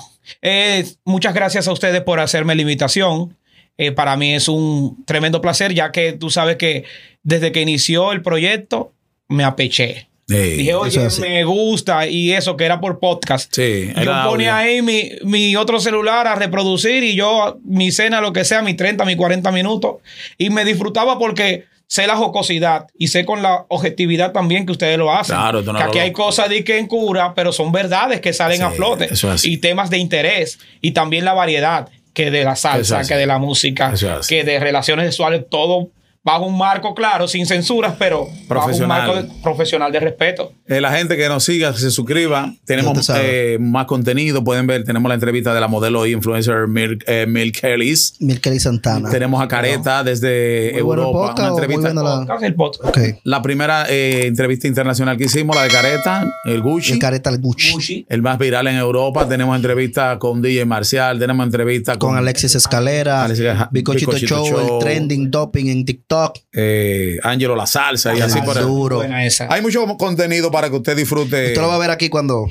Speaker 4: Eh, muchas gracias a ustedes por hacerme la invitación. Eh, para mí es un tremendo placer, ya que tú sabes que desde que inició el proyecto me apeché.
Speaker 3: Eh,
Speaker 4: Dije,
Speaker 5: eso
Speaker 4: oye,
Speaker 5: es así.
Speaker 4: me gusta. Y eso que era por podcast.
Speaker 3: Sí,
Speaker 4: yo
Speaker 3: era
Speaker 4: ponía
Speaker 3: audio.
Speaker 4: ahí mi, mi otro celular a reproducir y yo mi cena, lo que sea, mis 30, mis 40 minutos. Y me disfrutaba porque sé la jocosidad y sé con la objetividad también que ustedes lo hacen.
Speaker 3: Claro, tú no
Speaker 4: que
Speaker 3: lo
Speaker 4: aquí hay
Speaker 3: loco.
Speaker 4: cosas de que en cura, pero son verdades que salen
Speaker 3: Sí,
Speaker 4: a flote.
Speaker 3: eso es así.
Speaker 4: Y temas de interés y también la variedad que de la
Speaker 3: Eso es
Speaker 4: salsa,
Speaker 3: así.
Speaker 4: que de la música,
Speaker 3: Eso es así.
Speaker 4: que de relaciones sexuales, todo bajo un marco claro, sin censuras, pero
Speaker 3: Profesional.
Speaker 4: bajo un marco de- profesional de respeto.
Speaker 3: Eh, la gente que nos siga, que se suscriba,
Speaker 5: Ya te
Speaker 3: tenemos
Speaker 5: sabe.
Speaker 3: eh, más contenido. Pueden ver, tenemos la entrevista de la modelo e influencer Mil, eh, Mil Kellys.
Speaker 5: Mirkeli Santana.
Speaker 3: Tenemos a Careta desde
Speaker 5: Muy bueno el
Speaker 3: Europa.
Speaker 5: podcast,
Speaker 3: una
Speaker 5: muy
Speaker 3: entrevista.
Speaker 5: bueno la-
Speaker 4: Haz el podcast.
Speaker 5: Ok.
Speaker 3: La primera eh, entrevista internacional que hicimos, la de Careta, el Gucci.
Speaker 5: El careta al Gucci.
Speaker 3: el más viral en Europa. Tenemos entrevista con DJ Marcial, tenemos entrevista con,
Speaker 5: Con Alexis Escalera,
Speaker 3: Alexis-
Speaker 5: Bicochito,
Speaker 3: Bicochito
Speaker 5: Show,
Speaker 3: Show.
Speaker 5: el trending doping en TikTok.
Speaker 3: eh, Angelo La Salsa y
Speaker 5: Ah,
Speaker 3: así por el-
Speaker 5: duro.
Speaker 4: Buena esa.
Speaker 3: Hay mucho contenido para que usted disfrute
Speaker 5: Usted lo va a ver aquí cuando.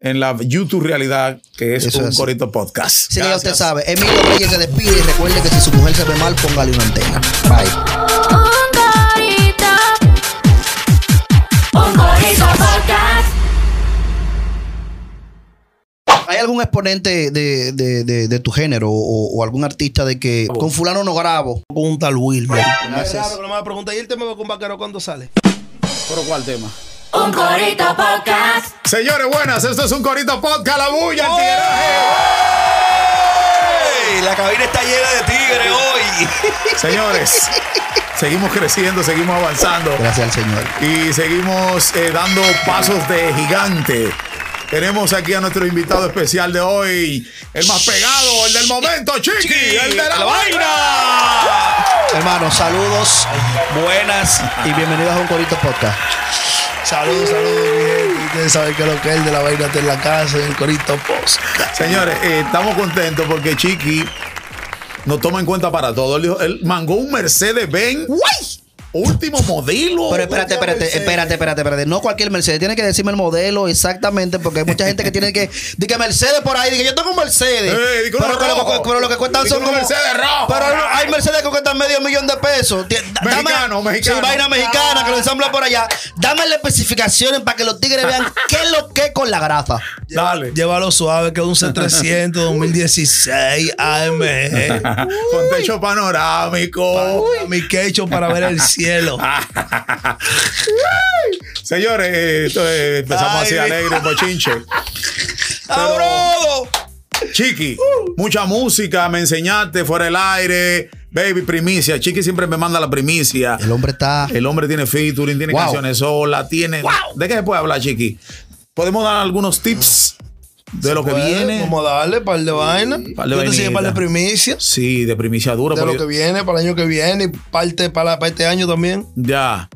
Speaker 3: en la YouTube Realidad, que es
Speaker 5: Eso
Speaker 3: un
Speaker 5: es.
Speaker 3: corito podcast.
Speaker 5: Si ya usted
Speaker 3: Gracias.
Speaker 5: sabe, Emilio Reyes se despide y recuerde que si su mujer se ve mal, póngale una antena. Bye.
Speaker 2: Un corito. Un corito podcast.
Speaker 5: ¿Hay algún exponente de, de- de- de tu género o, o algún artista de que
Speaker 3: Oh.
Speaker 5: con fulano no grabo? Con un tal Wilmer. Gracias.
Speaker 7: Claro, que no me va a preguntar. ¿Y el tema con vaquero cuándo sale?
Speaker 3: ¿Pero cuál tema?
Speaker 2: Un corito podcast.
Speaker 3: Señores, buenas, esto es un corito podcast, la bulla,
Speaker 5: ¡Oh!
Speaker 3: el tigueraje.
Speaker 8: ¡Ey! La cabina está llena de tigre hoy.
Speaker 3: Señores, seguimos creciendo, seguimos avanzando.
Speaker 5: Gracias al Señor.
Speaker 3: Y seguimos eh, dando pasos de gigante. Tenemos aquí a nuestro invitado especial de hoy, el más pegado, el del momento, Chiqui, el de la, vaina.
Speaker 5: Hermanos, saludos
Speaker 8: Buenas.
Speaker 5: y bienvenidos a un Corito Podcast.
Speaker 7: Saludos, saludos, mi gente. Ustedes saben que lo que es el de la vaina está en la casa, en el corito post.
Speaker 3: Señores, eh, estamos contentos porque Chiqui nos toma en cuenta para todo. Él, dijo- él mangó un Mercedes Benz, último modelo.
Speaker 5: Pero espérate, espérate, espérate, espérate, espérate. No cualquier Mercedes. Tiene que decirme el modelo exactamente porque hay mucha gente que tiene que... Dice Mercedes por ahí. Dice yo tengo un Mercedes.
Speaker 3: Eh, di que uno
Speaker 5: pero, que lo,
Speaker 3: rojo.
Speaker 5: que- pero lo que cuestan
Speaker 3: Di que
Speaker 5: son
Speaker 3: uno
Speaker 5: como...
Speaker 3: Mercedes rojo.
Speaker 5: Pero hay Mercedes que cuestan medio millón de pesos. Ti- da- dame-
Speaker 3: Mexicano, mexicano.
Speaker 5: Sí, vaina mexicana que lo ensamblan por allá. Dame las especificaciones para que los tigres vean qué es lo que es con la grasa.
Speaker 3: Dale.
Speaker 7: Llévalo suave, que es un C300 2016 AMG.
Speaker 3: Con techo panorámico.
Speaker 7: A mi quecho para ver el cielo.
Speaker 3: Ah, Señores, eh, esto, eh, empezamos
Speaker 7: Ay,
Speaker 3: así
Speaker 7: mi-
Speaker 3: alegre, bochinche.
Speaker 7: ¡Abrodo!
Speaker 3: Chiqui, mucha música, me enseñaste fuera el aire, baby, primicia. Chiqui siempre me manda la primicia.
Speaker 5: El hombre está...
Speaker 3: El hombre tiene featuring, tiene
Speaker 5: Wow.
Speaker 3: canciones sola, tiene. ¿De qué se puede hablar, Chiqui? ¿Podemos dar algunos tips de lo que
Speaker 7: Pues,
Speaker 3: viene?
Speaker 7: Vamos a darle par de vaina.
Speaker 3: Par de
Speaker 7: Yo te sigue
Speaker 3: vainita.
Speaker 7: par de primicias.
Speaker 3: Sí, de primicia dura.
Speaker 7: De
Speaker 3: pero
Speaker 7: lo que
Speaker 3: yo-
Speaker 7: viene, para el año que viene y parte para, para este año también.
Speaker 3: ya.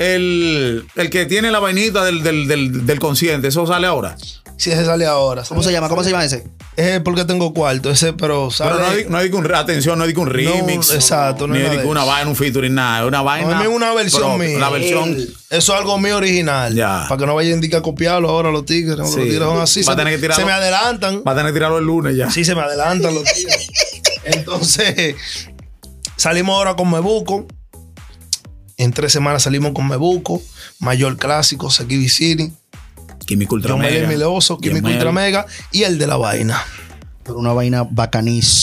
Speaker 3: El, el que tiene la vainita del, del, del, del consciente, eso sale ahora.
Speaker 7: Si ese sale ahora.
Speaker 5: ¿Cómo se llama? ¿Cómo se llama ese?
Speaker 7: Es porque tengo cuarto, ese, pero sale.
Speaker 3: Pero no hay, no hay que un, atención, no hay que un remix.
Speaker 7: exacto, no
Speaker 3: ni
Speaker 7: hay nada
Speaker 3: que
Speaker 7: de
Speaker 3: una
Speaker 7: eso.
Speaker 3: vaina, un featuring, nada. Una vaina.
Speaker 7: No, es una versión
Speaker 3: propia,
Speaker 7: mía.
Speaker 3: Una versión.
Speaker 7: El- Eso es algo mío original.
Speaker 3: Ya.
Speaker 7: Para que no vayan a indicar copiarlo ahora los tigres. Los
Speaker 3: Sí.
Speaker 7: tigres son así.
Speaker 3: Va a
Speaker 7: se,
Speaker 3: tener que tirarlo.
Speaker 7: se me adelantan.
Speaker 3: Va a tener que tirarlo el lunes ya.
Speaker 7: Sí, se me adelantan los tigres. Entonces, salimos ahora con Mebuco. En tres semanas salimos con Mebuco, Mayor Clásico, Sekibi City,
Speaker 3: Químico Ultra
Speaker 7: John Miguel
Speaker 3: Mega.
Speaker 7: Miloso, Químico
Speaker 3: Yomel.
Speaker 7: Ultramega y el de la vaina.
Speaker 5: Pero una vaina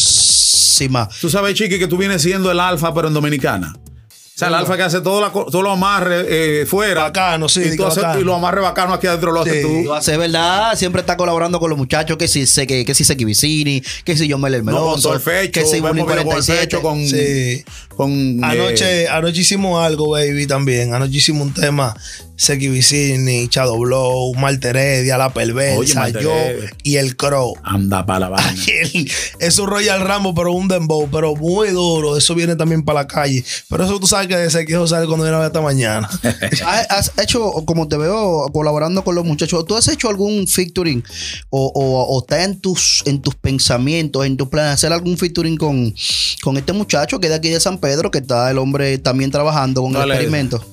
Speaker 5: bacanísima.
Speaker 3: Tú sabes, Chiqui, que tú vienes siendo el alfa, pero en dominicana. O sea, el alfa que hace todo la co- todo lo amarre eh, fuera.
Speaker 7: Bacano, sí,
Speaker 3: Y, tú
Speaker 7: digo,
Speaker 3: haces-
Speaker 7: bacano.
Speaker 3: y lo amarre bacano aquí adentro lo haces
Speaker 7: Sí.
Speaker 3: tú.
Speaker 5: Lo hace verdad, siempre está colaborando con los muchachos, que si se que, que si Seki Vicini, que si John Meler
Speaker 3: No, con
Speaker 5: Melonzo,
Speaker 3: solfecho,
Speaker 5: que si Bullying
Speaker 3: vemos video con
Speaker 5: 47,
Speaker 3: solfecho, con,
Speaker 7: Sí.
Speaker 3: con, eh,
Speaker 7: Anoche, anoche hicimos algo, baby, también. Anoche hicimos un tema, Seki Vicini, Shadow Blow, Malteredia, La
Speaker 3: Oye,
Speaker 7: Perversa,
Speaker 3: Malteredia. Mm.
Speaker 7: yo y el Crow.
Speaker 3: anda para la vaina.
Speaker 7: Ayer, Es un Royal Rambo, pero un Dembow, pero muy duro. Eso viene también para la calle. Pero eso tú sabes que de Seki José sale cuando viene a ver esta mañana.
Speaker 5: ¿Has, has hecho, como te veo, colaborando con los muchachos, ¿tú has hecho algún featuring o, o- o está en tus, en tus pensamientos, en tus planes, hacer algún featuring con, con este muchacho que es de aquí de San Pedro, que está el hombre también trabajando con
Speaker 3: No
Speaker 5: el
Speaker 3: le-
Speaker 5: experimento?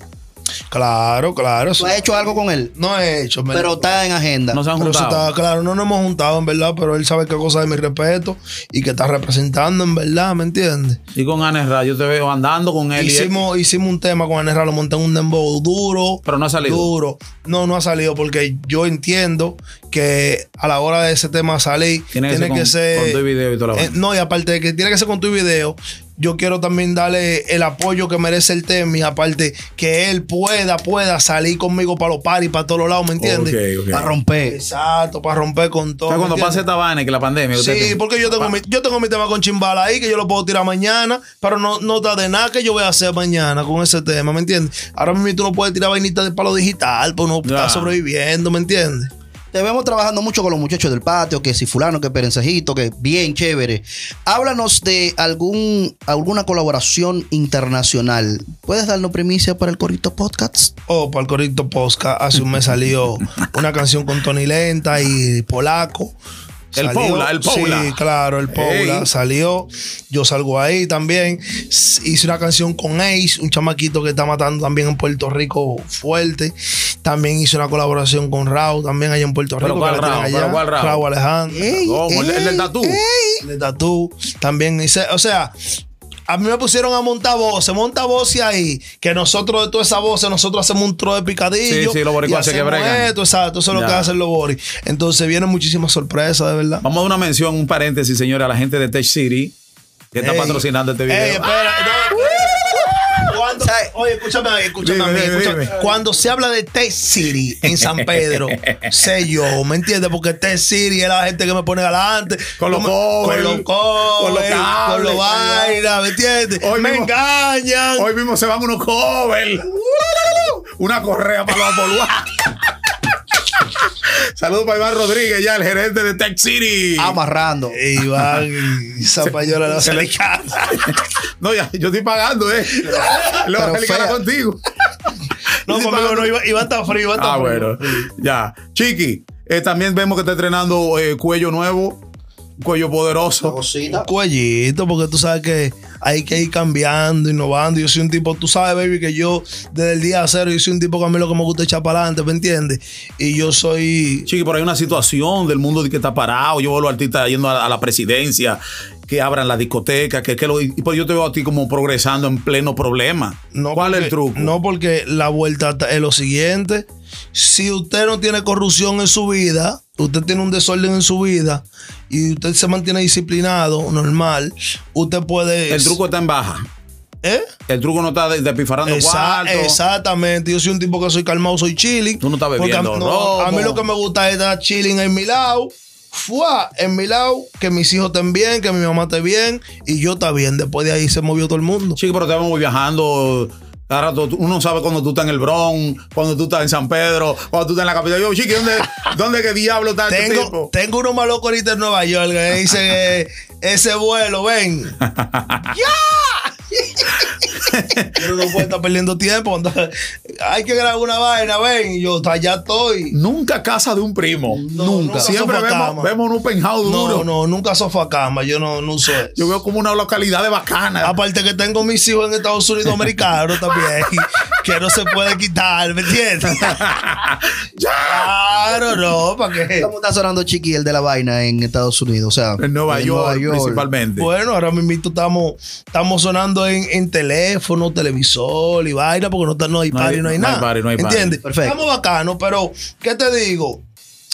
Speaker 7: claro, claro.
Speaker 5: ¿Tú has hecho algo con él?
Speaker 7: No he hecho, me-
Speaker 5: Pero está en agenda.
Speaker 3: No se han
Speaker 7: Pero eso
Speaker 3: juntado.
Speaker 7: está claro, no nos hemos juntado en verdad, pero él sabe qué cosa de mi respeto y que está representando en verdad, ¿me entiendes?
Speaker 3: Y con Anes Ra, yo te veo andando con él. y él-
Speaker 7: Hicimos, hicimos un tema con Anerra, lo monté en un dembow duro.
Speaker 3: Pero no ha salido.
Speaker 7: Duro. No, no ha salido porque yo entiendo que a la hora de ese tema salir,
Speaker 3: Tiene
Speaker 7: tiene,
Speaker 3: que ser
Speaker 7: que
Speaker 3: con-
Speaker 7: ser.
Speaker 3: con tu video y toda la
Speaker 7: Eh,
Speaker 3: vaina.
Speaker 7: No, y aparte de que tiene que ser con tu video, yo quiero también darle el apoyo que merece el tema y aparte que él pueda, pueda salir conmigo para los paris, para todos los lados, ¿me entiendes?
Speaker 3: Ok, ok.
Speaker 5: Para romper.
Speaker 7: Exacto, para romper con todo.
Speaker 3: O sea,
Speaker 7: ¿me
Speaker 3: cuando pase
Speaker 7: entiendes?
Speaker 3: esta vaina que la pandemia. que usted
Speaker 7: Sí,
Speaker 3: tiene-
Speaker 7: porque yo tengo, mi, yo tengo mi tema con Chimbala ahí, que yo lo puedo tirar mañana, pero no, no está de nada que yo voy a hacer mañana con ese tema, ¿me entiendes? Ahora mismo tú no puedes tirar vainitas de palo digital, pues uno
Speaker 3: Ya.
Speaker 7: está sobreviviendo, ¿me entiendes?
Speaker 5: Te vemos trabajando mucho con los muchachos del patio, que si fulano, que perensejito, que bien chévere. Háblanos de algún alguna colaboración internacional. ¿Puedes darnos primicia para el Corito Podcast?
Speaker 7: Oh, para el Corito Posca, hace un mes salió una canción con Tony Lenta y Polaco.
Speaker 3: El Pola, el Pola.
Speaker 7: Sí, claro, el Pola
Speaker 3: Ey.
Speaker 7: salió. Yo salgo ahí también. S- Hice una canción con Ace, un chamaquito que está matando también en Puerto Rico fuerte. También hice una colaboración con Raúl, también allá en Puerto
Speaker 3: ¿Pero
Speaker 7: Rico.
Speaker 3: cuál
Speaker 7: que la tienen
Speaker 3: Raúl?
Speaker 7: allá.
Speaker 3: ¿Pero cuál Raúl?
Speaker 7: Raúl Alejandro.
Speaker 3: ¿Cómo? ¿El- el del tatú?
Speaker 7: De tatú. También hice, o sea, a mí me pusieron a montar voces, monta voces ahí, que nosotros de todas esas voces, nosotros hacemos un tro de picadillo.
Speaker 3: Sí, sí, los boricuas
Speaker 7: y
Speaker 3: se que
Speaker 7: hacemos
Speaker 3: bregan.
Speaker 7: Esto, exacto, eso es lo que
Speaker 3: Ya.
Speaker 7: hacen los boris. Entonces vienen muchísimas sorpresas, de verdad.
Speaker 3: Vamos a dar una mención, un paréntesis, señores, a la gente de Tech City que está
Speaker 7: Ey.
Speaker 3: patrocinando este video. ¡Uh!
Speaker 7: Ey, espera, no, cuando- oye, escúchame, ahí, escúchame a mí,
Speaker 3: Dime, dime,
Speaker 7: escúchame.
Speaker 3: dime.
Speaker 7: Cuando se habla de Tech City en San Pedro, sé yo, ¿me entiendes? Porque Tech City es la gente que me pone adelante.
Speaker 3: Con los
Speaker 7: Con
Speaker 3: covers,
Speaker 7: los
Speaker 3: con los
Speaker 7: covers, con
Speaker 3: cables.
Speaker 7: los vainas, ¿me entiendes?
Speaker 3: Hoy
Speaker 7: me
Speaker 3: mismo-
Speaker 7: engañan.
Speaker 3: Hoy mismo se van unos covers. Una correa para los apoluados. Saludos para Iván Rodríguez, ya el gerente de Tech City.
Speaker 5: Ah, Amarrando.
Speaker 7: Y Iván y Zapayola no se le casa.
Speaker 3: No, ya, yo estoy pagando, ¿eh? Lo
Speaker 5: Pero
Speaker 3: Angélica era
Speaker 5: fea.
Speaker 3: contigo.
Speaker 7: No, conmigo no, Iván, Iván está frío, Iván
Speaker 3: Ah,
Speaker 7: está frío.
Speaker 3: bueno. Ya. Chiqui, eh, también vemos que está entrenando eh, cuello nuevo, cuello poderoso.
Speaker 5: Cosita.
Speaker 7: Cuellito, porque tú sabes que hay que ir cambiando, innovando. Yo soy un tipo, tú sabes, baby, que yo desde el día cero, yo soy un tipo que a mí lo que me gusta es echar para adelante, ¿me entiendes? Y yo soy.
Speaker 3: Chiqui, por ahí una situación del mundo de que está parado. Yo veo a los artistas yendo a, a la presidencia, que abran la discoteca, que, que lo. Y pues yo te veo a ti como progresando en pleno problema.
Speaker 7: No
Speaker 3: ¿Cuál es
Speaker 7: porque-
Speaker 3: el truco?
Speaker 7: No, porque la vuelta ta- es lo siguiente. Si usted no tiene corrupción en su vida, usted tiene un desorden en su vida y usted se mantiene disciplinado, normal, usted puede.
Speaker 3: El truco está en baja.
Speaker 7: ¿Eh?
Speaker 3: El truco no está de- despifarando
Speaker 7: Exa-
Speaker 3: cuarto.
Speaker 7: Exactamente. Yo soy un tipo que soy calmado, soy chilling.
Speaker 3: Tú no estás
Speaker 7: Porque
Speaker 3: bebiendo
Speaker 7: a,
Speaker 3: romo.
Speaker 7: a mí lo que me gusta es estar chilling en mi lado. Fua, en mi lado, que mis hijos estén bien, que mi mamá esté bien y yo está bien. Después de ahí se movió todo el mundo.
Speaker 3: Chiqui, pero te vemos viajando. Cada rato, tú- uno sabe cuando tú estás en el Bronx, cuando tú estás en San Pedro, cuando tú estás en la capital. Yo, Chiqui, ¿dónde, ¿dónde que diablo está este
Speaker 7: Tengo,
Speaker 3: tipo?
Speaker 7: tengo uno más loco ahorita en Nueva York que dice eh, ese vuelo, ven. ¡Ya! Pero no puede estar perdiendo tiempo. anda. Hay que grabar una vaina, ven. Y yo, hasta allá estoy.
Speaker 3: Nunca casa de un primo.
Speaker 7: No,
Speaker 3: nunca.
Speaker 7: nunca
Speaker 3: Siempre vemos,
Speaker 7: sofocamos.
Speaker 3: vemos un penjado duro.
Speaker 7: No, no, nunca sofá cama. Yo no, no uso eso.
Speaker 3: Yo veo como una localidad de bacana.
Speaker 7: Aparte que tengo mis hijos en Estados Unidos americanos también, que no se puede quitar, ¿me entiendes? Claro, no, ¿para qué?
Speaker 5: ¿Cómo está sonando Chiqui, el de la vaina en Estados Unidos? O sea,
Speaker 3: en Nueva, York, principalmente.
Speaker 7: Bueno, ahora mismo estamos, estamos sonando en, en teléfono, televisor y vaina, porque no, está- no hay
Speaker 3: No hay-
Speaker 7: party, no hay
Speaker 3: no hay
Speaker 7: nada.
Speaker 3: party, no hay party.
Speaker 7: ¿Entiendes?
Speaker 5: Perfecto.
Speaker 7: Estamos bacanos, pero ¿qué te digo?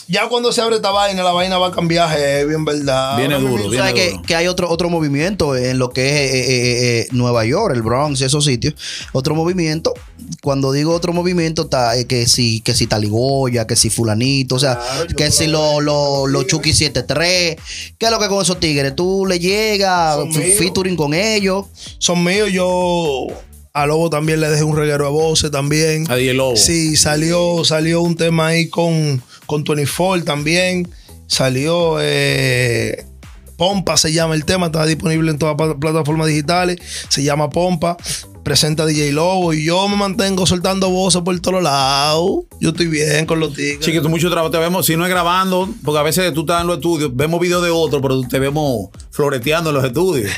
Speaker 7: Ya cuando se abre esta vaina, la vaina va a cambiar heavy, en verdad.
Speaker 3: Viene
Speaker 7: Ahora
Speaker 3: duro,
Speaker 7: mismo,
Speaker 3: viene
Speaker 5: ¿Sabes que,
Speaker 3: duro.
Speaker 5: que hay otro, otro movimiento en lo que es eh, eh, eh, eh, Nueva York, el Bronx y esos sitios? Otro movimiento, cuando digo otro movimiento, está, eh, que si que si Taligoya, que si Fulanito, o sea, que si los lo, lo Chucky 73, ¿qué es lo que con esos tigres? Tú le llegas,
Speaker 7: Son
Speaker 5: fe-
Speaker 7: míos.
Speaker 5: featuring con ellos.
Speaker 7: Son míos, yo a Lobo también le dejé un reguero de voces también.
Speaker 3: A DJ Lobo.
Speaker 7: Sí, salió, salió un tema ahí con, con 24 también. Salió eh, Pompa, se llama el tema, está disponible en todas las plataformas digitales. Se llama Pompa. Presenta DJ Lobo y yo me mantengo soltando voces por todos lados. Yo estoy bien con los tigres.
Speaker 3: Chiquito, mucho trabajo te vemos. Si no es grabando, porque a veces tú estás en los estudios, vemos videos de otro, pero te vemos floreteando en los estudios.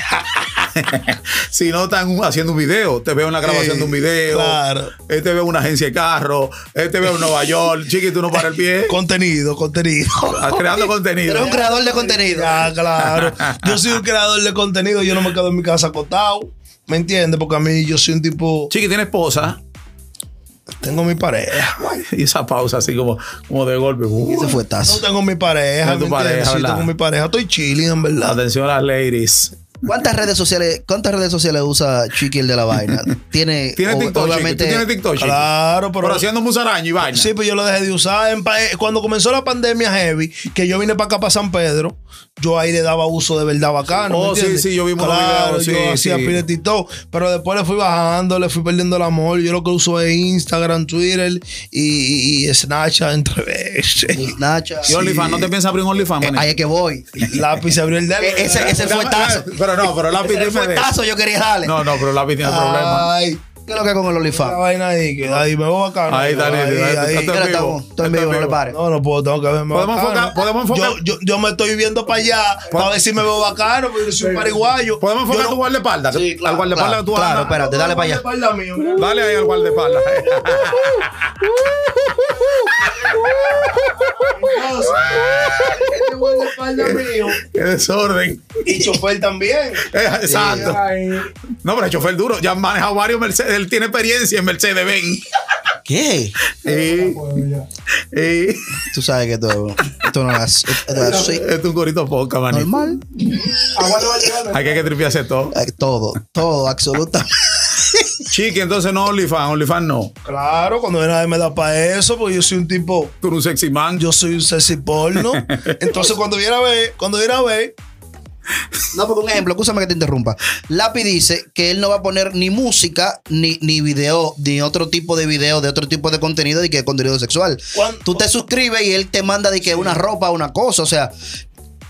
Speaker 3: si no están haciendo un video, te veo en la grabación
Speaker 7: Sí,
Speaker 3: de un video.
Speaker 7: claro.
Speaker 3: Este veo en una agencia de carro. Este veo en Nueva York. Chiquito, no para el pie. Ah,
Speaker 7: Contenido, contenido.
Speaker 3: creando contenido.
Speaker 5: Eres un creador de contenido.
Speaker 7: Ah, claro. Yo soy un creador de contenido, yo no me quedo en mi casa acotado. ¿Me entiendes? Porque a mí yo soy un tipo.
Speaker 3: Chiqui tiene esposa.
Speaker 7: Tengo mi pareja.
Speaker 3: Y esa pausa así como, como de golpe. Uh,
Speaker 5: Ese fue
Speaker 7: No
Speaker 5: Tazo.
Speaker 7: tengo mi pareja.
Speaker 3: Con tu
Speaker 7: ¿me entiendes?
Speaker 3: pareja,
Speaker 7: Sí,
Speaker 3: ¿verdad?
Speaker 7: tengo mi pareja. Estoy chilling, en verdad.
Speaker 3: Atención a las ladies.
Speaker 5: ¿Cuántas redes sociales, cuántas redes sociales usa Chiqui el de la vaina? Tiene,
Speaker 3: Tiene
Speaker 5: o-
Speaker 3: TikTok, Chiqui.
Speaker 5: obviamente-
Speaker 3: ¿Tú tienes TikTok, Chiqui?
Speaker 7: Claro, pero.
Speaker 3: Pero haciendo musaraño y vaina.
Speaker 7: Sí, pero yo lo dejé de usar. En pa- eh, Cuando comenzó la pandemia heavy, que yo vine para acá, para San Pedro, yo ahí le daba uso de verdad bacano. ¿me
Speaker 3: Oh, sí,
Speaker 7: entiendes?
Speaker 3: sí, yo vi unos
Speaker 7: Claro,
Speaker 3: videos,
Speaker 7: yo
Speaker 3: sí,
Speaker 7: hacía
Speaker 3: sí.
Speaker 7: pileta y todo. Pero después le fui bajando, le fui perdiendo el amor. Yo lo que uso es Instagram, Twitter y, y, y Snapchat entre veces.
Speaker 5: Nacha.
Speaker 3: Y OnlyFans, ¿no te piensas abrir un OnlyFans,
Speaker 5: Eh,
Speaker 3: mané?
Speaker 5: Ahí es que voy.
Speaker 7: Lápiz se abrió el dedo. Ah,
Speaker 5: Eh, Ese, ese fue
Speaker 3: Dame-
Speaker 5: Tazo.
Speaker 3: Pero no, pero lápiz
Speaker 5: Ese fue
Speaker 3: tiene-
Speaker 5: Tazo, Ah. yo quería darle.
Speaker 3: No, no, pero lápiz tiene problemas.
Speaker 7: Ay,
Speaker 5: ¿Qué es lo que con el
Speaker 7: esa
Speaker 5: OnlyFans?
Speaker 7: vaina ahí, que ahí me voy bacano.
Speaker 3: Ahí está, Nelly, ahí está.
Speaker 5: Mira, estamos, estoy en vivo, no le pares.
Speaker 7: No, no puedo, tengo que verme
Speaker 3: Podemos enfocar- podemos enfocar-
Speaker 7: Yo, yo, yo me estoy viendo para allá para ver si me veo bacano, porque yo soy un paraguayo.
Speaker 3: Podemos enfocar
Speaker 7: Yo
Speaker 3: tu guardaespaldas.
Speaker 5: Sí, claro,
Speaker 3: al guardaespaldas
Speaker 5: claro,
Speaker 3: tú
Speaker 5: claro,
Speaker 3: andas.
Speaker 5: espérate, dale para allá.
Speaker 7: Guarda mío, mira.
Speaker 3: Dale ahí al guardaespaldas.
Speaker 7: Entonces, Este guardaespaldas mío
Speaker 3: Qué desorden.
Speaker 7: y chofer también.
Speaker 3: Eh, Exacto. No, pero el chofer duro. Ya ha manejado varios Mercedes. Él tiene experiencia en Mercedes-Benz.
Speaker 5: ¿Qué?
Speaker 3: Sí. Sí.
Speaker 5: Tú sabes que todo. Esto no es esto es así.
Speaker 3: Este es un gorito poca, man.
Speaker 5: Normal.
Speaker 3: Aquí hay que tripiarse todo.
Speaker 5: Eh, Todo, todo, absolutamente.
Speaker 3: Chiqui, entonces no OnlyFans. OnlyFans no.
Speaker 7: Claro, cuando nadie me da para eso, porque yo soy un tipo.
Speaker 3: Tú eres un sexy man.
Speaker 7: Yo soy un sexy porno. Entonces, cuando viera a ver, cuando viera a ver,
Speaker 5: No, porque un ejemplo, escúchame que te interrumpa. Lapi dice que él no va a poner ni música, ni, ni video, ni otro tipo de video, de otro tipo de contenido, de que contenido sexual.
Speaker 7: ¿Cuán-
Speaker 5: Tú te suscribes y él te manda de que una ropa, una cosa. O sea,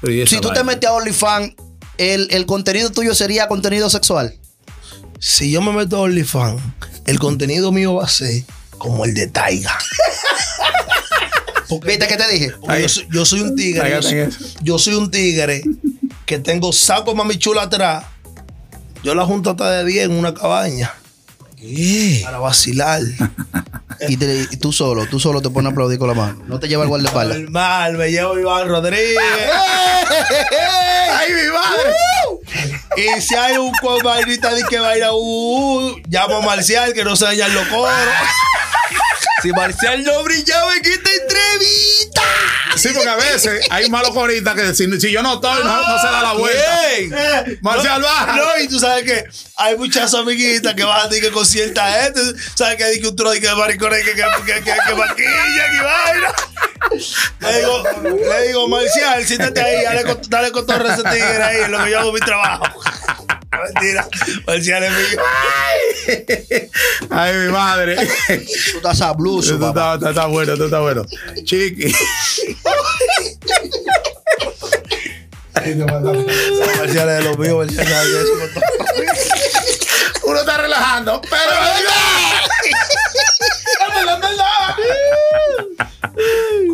Speaker 3: Y esa
Speaker 5: si tú te
Speaker 3: vaina.
Speaker 5: metes a OnlyFans, el, el contenido tuyo sería contenido sexual.
Speaker 7: si yo me meto a OnlyFans, el contenido mío va a ser como el de Taiga.
Speaker 5: ¿Viste que te dije?
Speaker 7: Porque Yo soy, yo soy un tigre.
Speaker 3: Taiga
Speaker 7: Yo soy,
Speaker 3: tiene
Speaker 7: yo soy un tigre que tengo saco de mami chula atrás. Yo la junto hasta de 10 en una cabaña. Para vacilar.
Speaker 5: Y, te- y tú solo, tú solo te pones a aplaudir con la mano. No te lleva el guardaespaldas.
Speaker 7: Normal, me llevo Iván Rodríguez.
Speaker 3: ¡Ay, mi madre!
Speaker 7: Uh. y si hay un co- vainita de que vaina, uh, uh, llamo a Marcial que no se dañan los coros.
Speaker 8: Si Marcial no brillaba en esta entrevista.
Speaker 3: Sí, porque a veces hay malos coristas que si, si yo no estoy, no, no se da la vuelta.
Speaker 8: Bien.
Speaker 7: Eh,
Speaker 3: Marcial,
Speaker 7: Ah, no,
Speaker 3: baja.
Speaker 7: No, y tú sabes que hay muchas amiguitas que van a decir que con cierta gente, sabes que hay que un trozo de que maricones que, que, que, que, que maquillan y vaina. Le digo, le digo, Marcial, siéntate ahí, dale, con- dale cotorra a ese tigre ahí, en lo que yo hago mi trabajo. Mentira, Marcial es mío.
Speaker 3: Ay, mi madre.
Speaker 5: Tú estás sabluso,
Speaker 3: Esto está,
Speaker 5: papá.
Speaker 3: está- está bueno, esto está bueno. Chiqui.
Speaker 7: Marcial es de los míos, Marcial sabe eso con todo.
Speaker 3: Uno está relajando, pero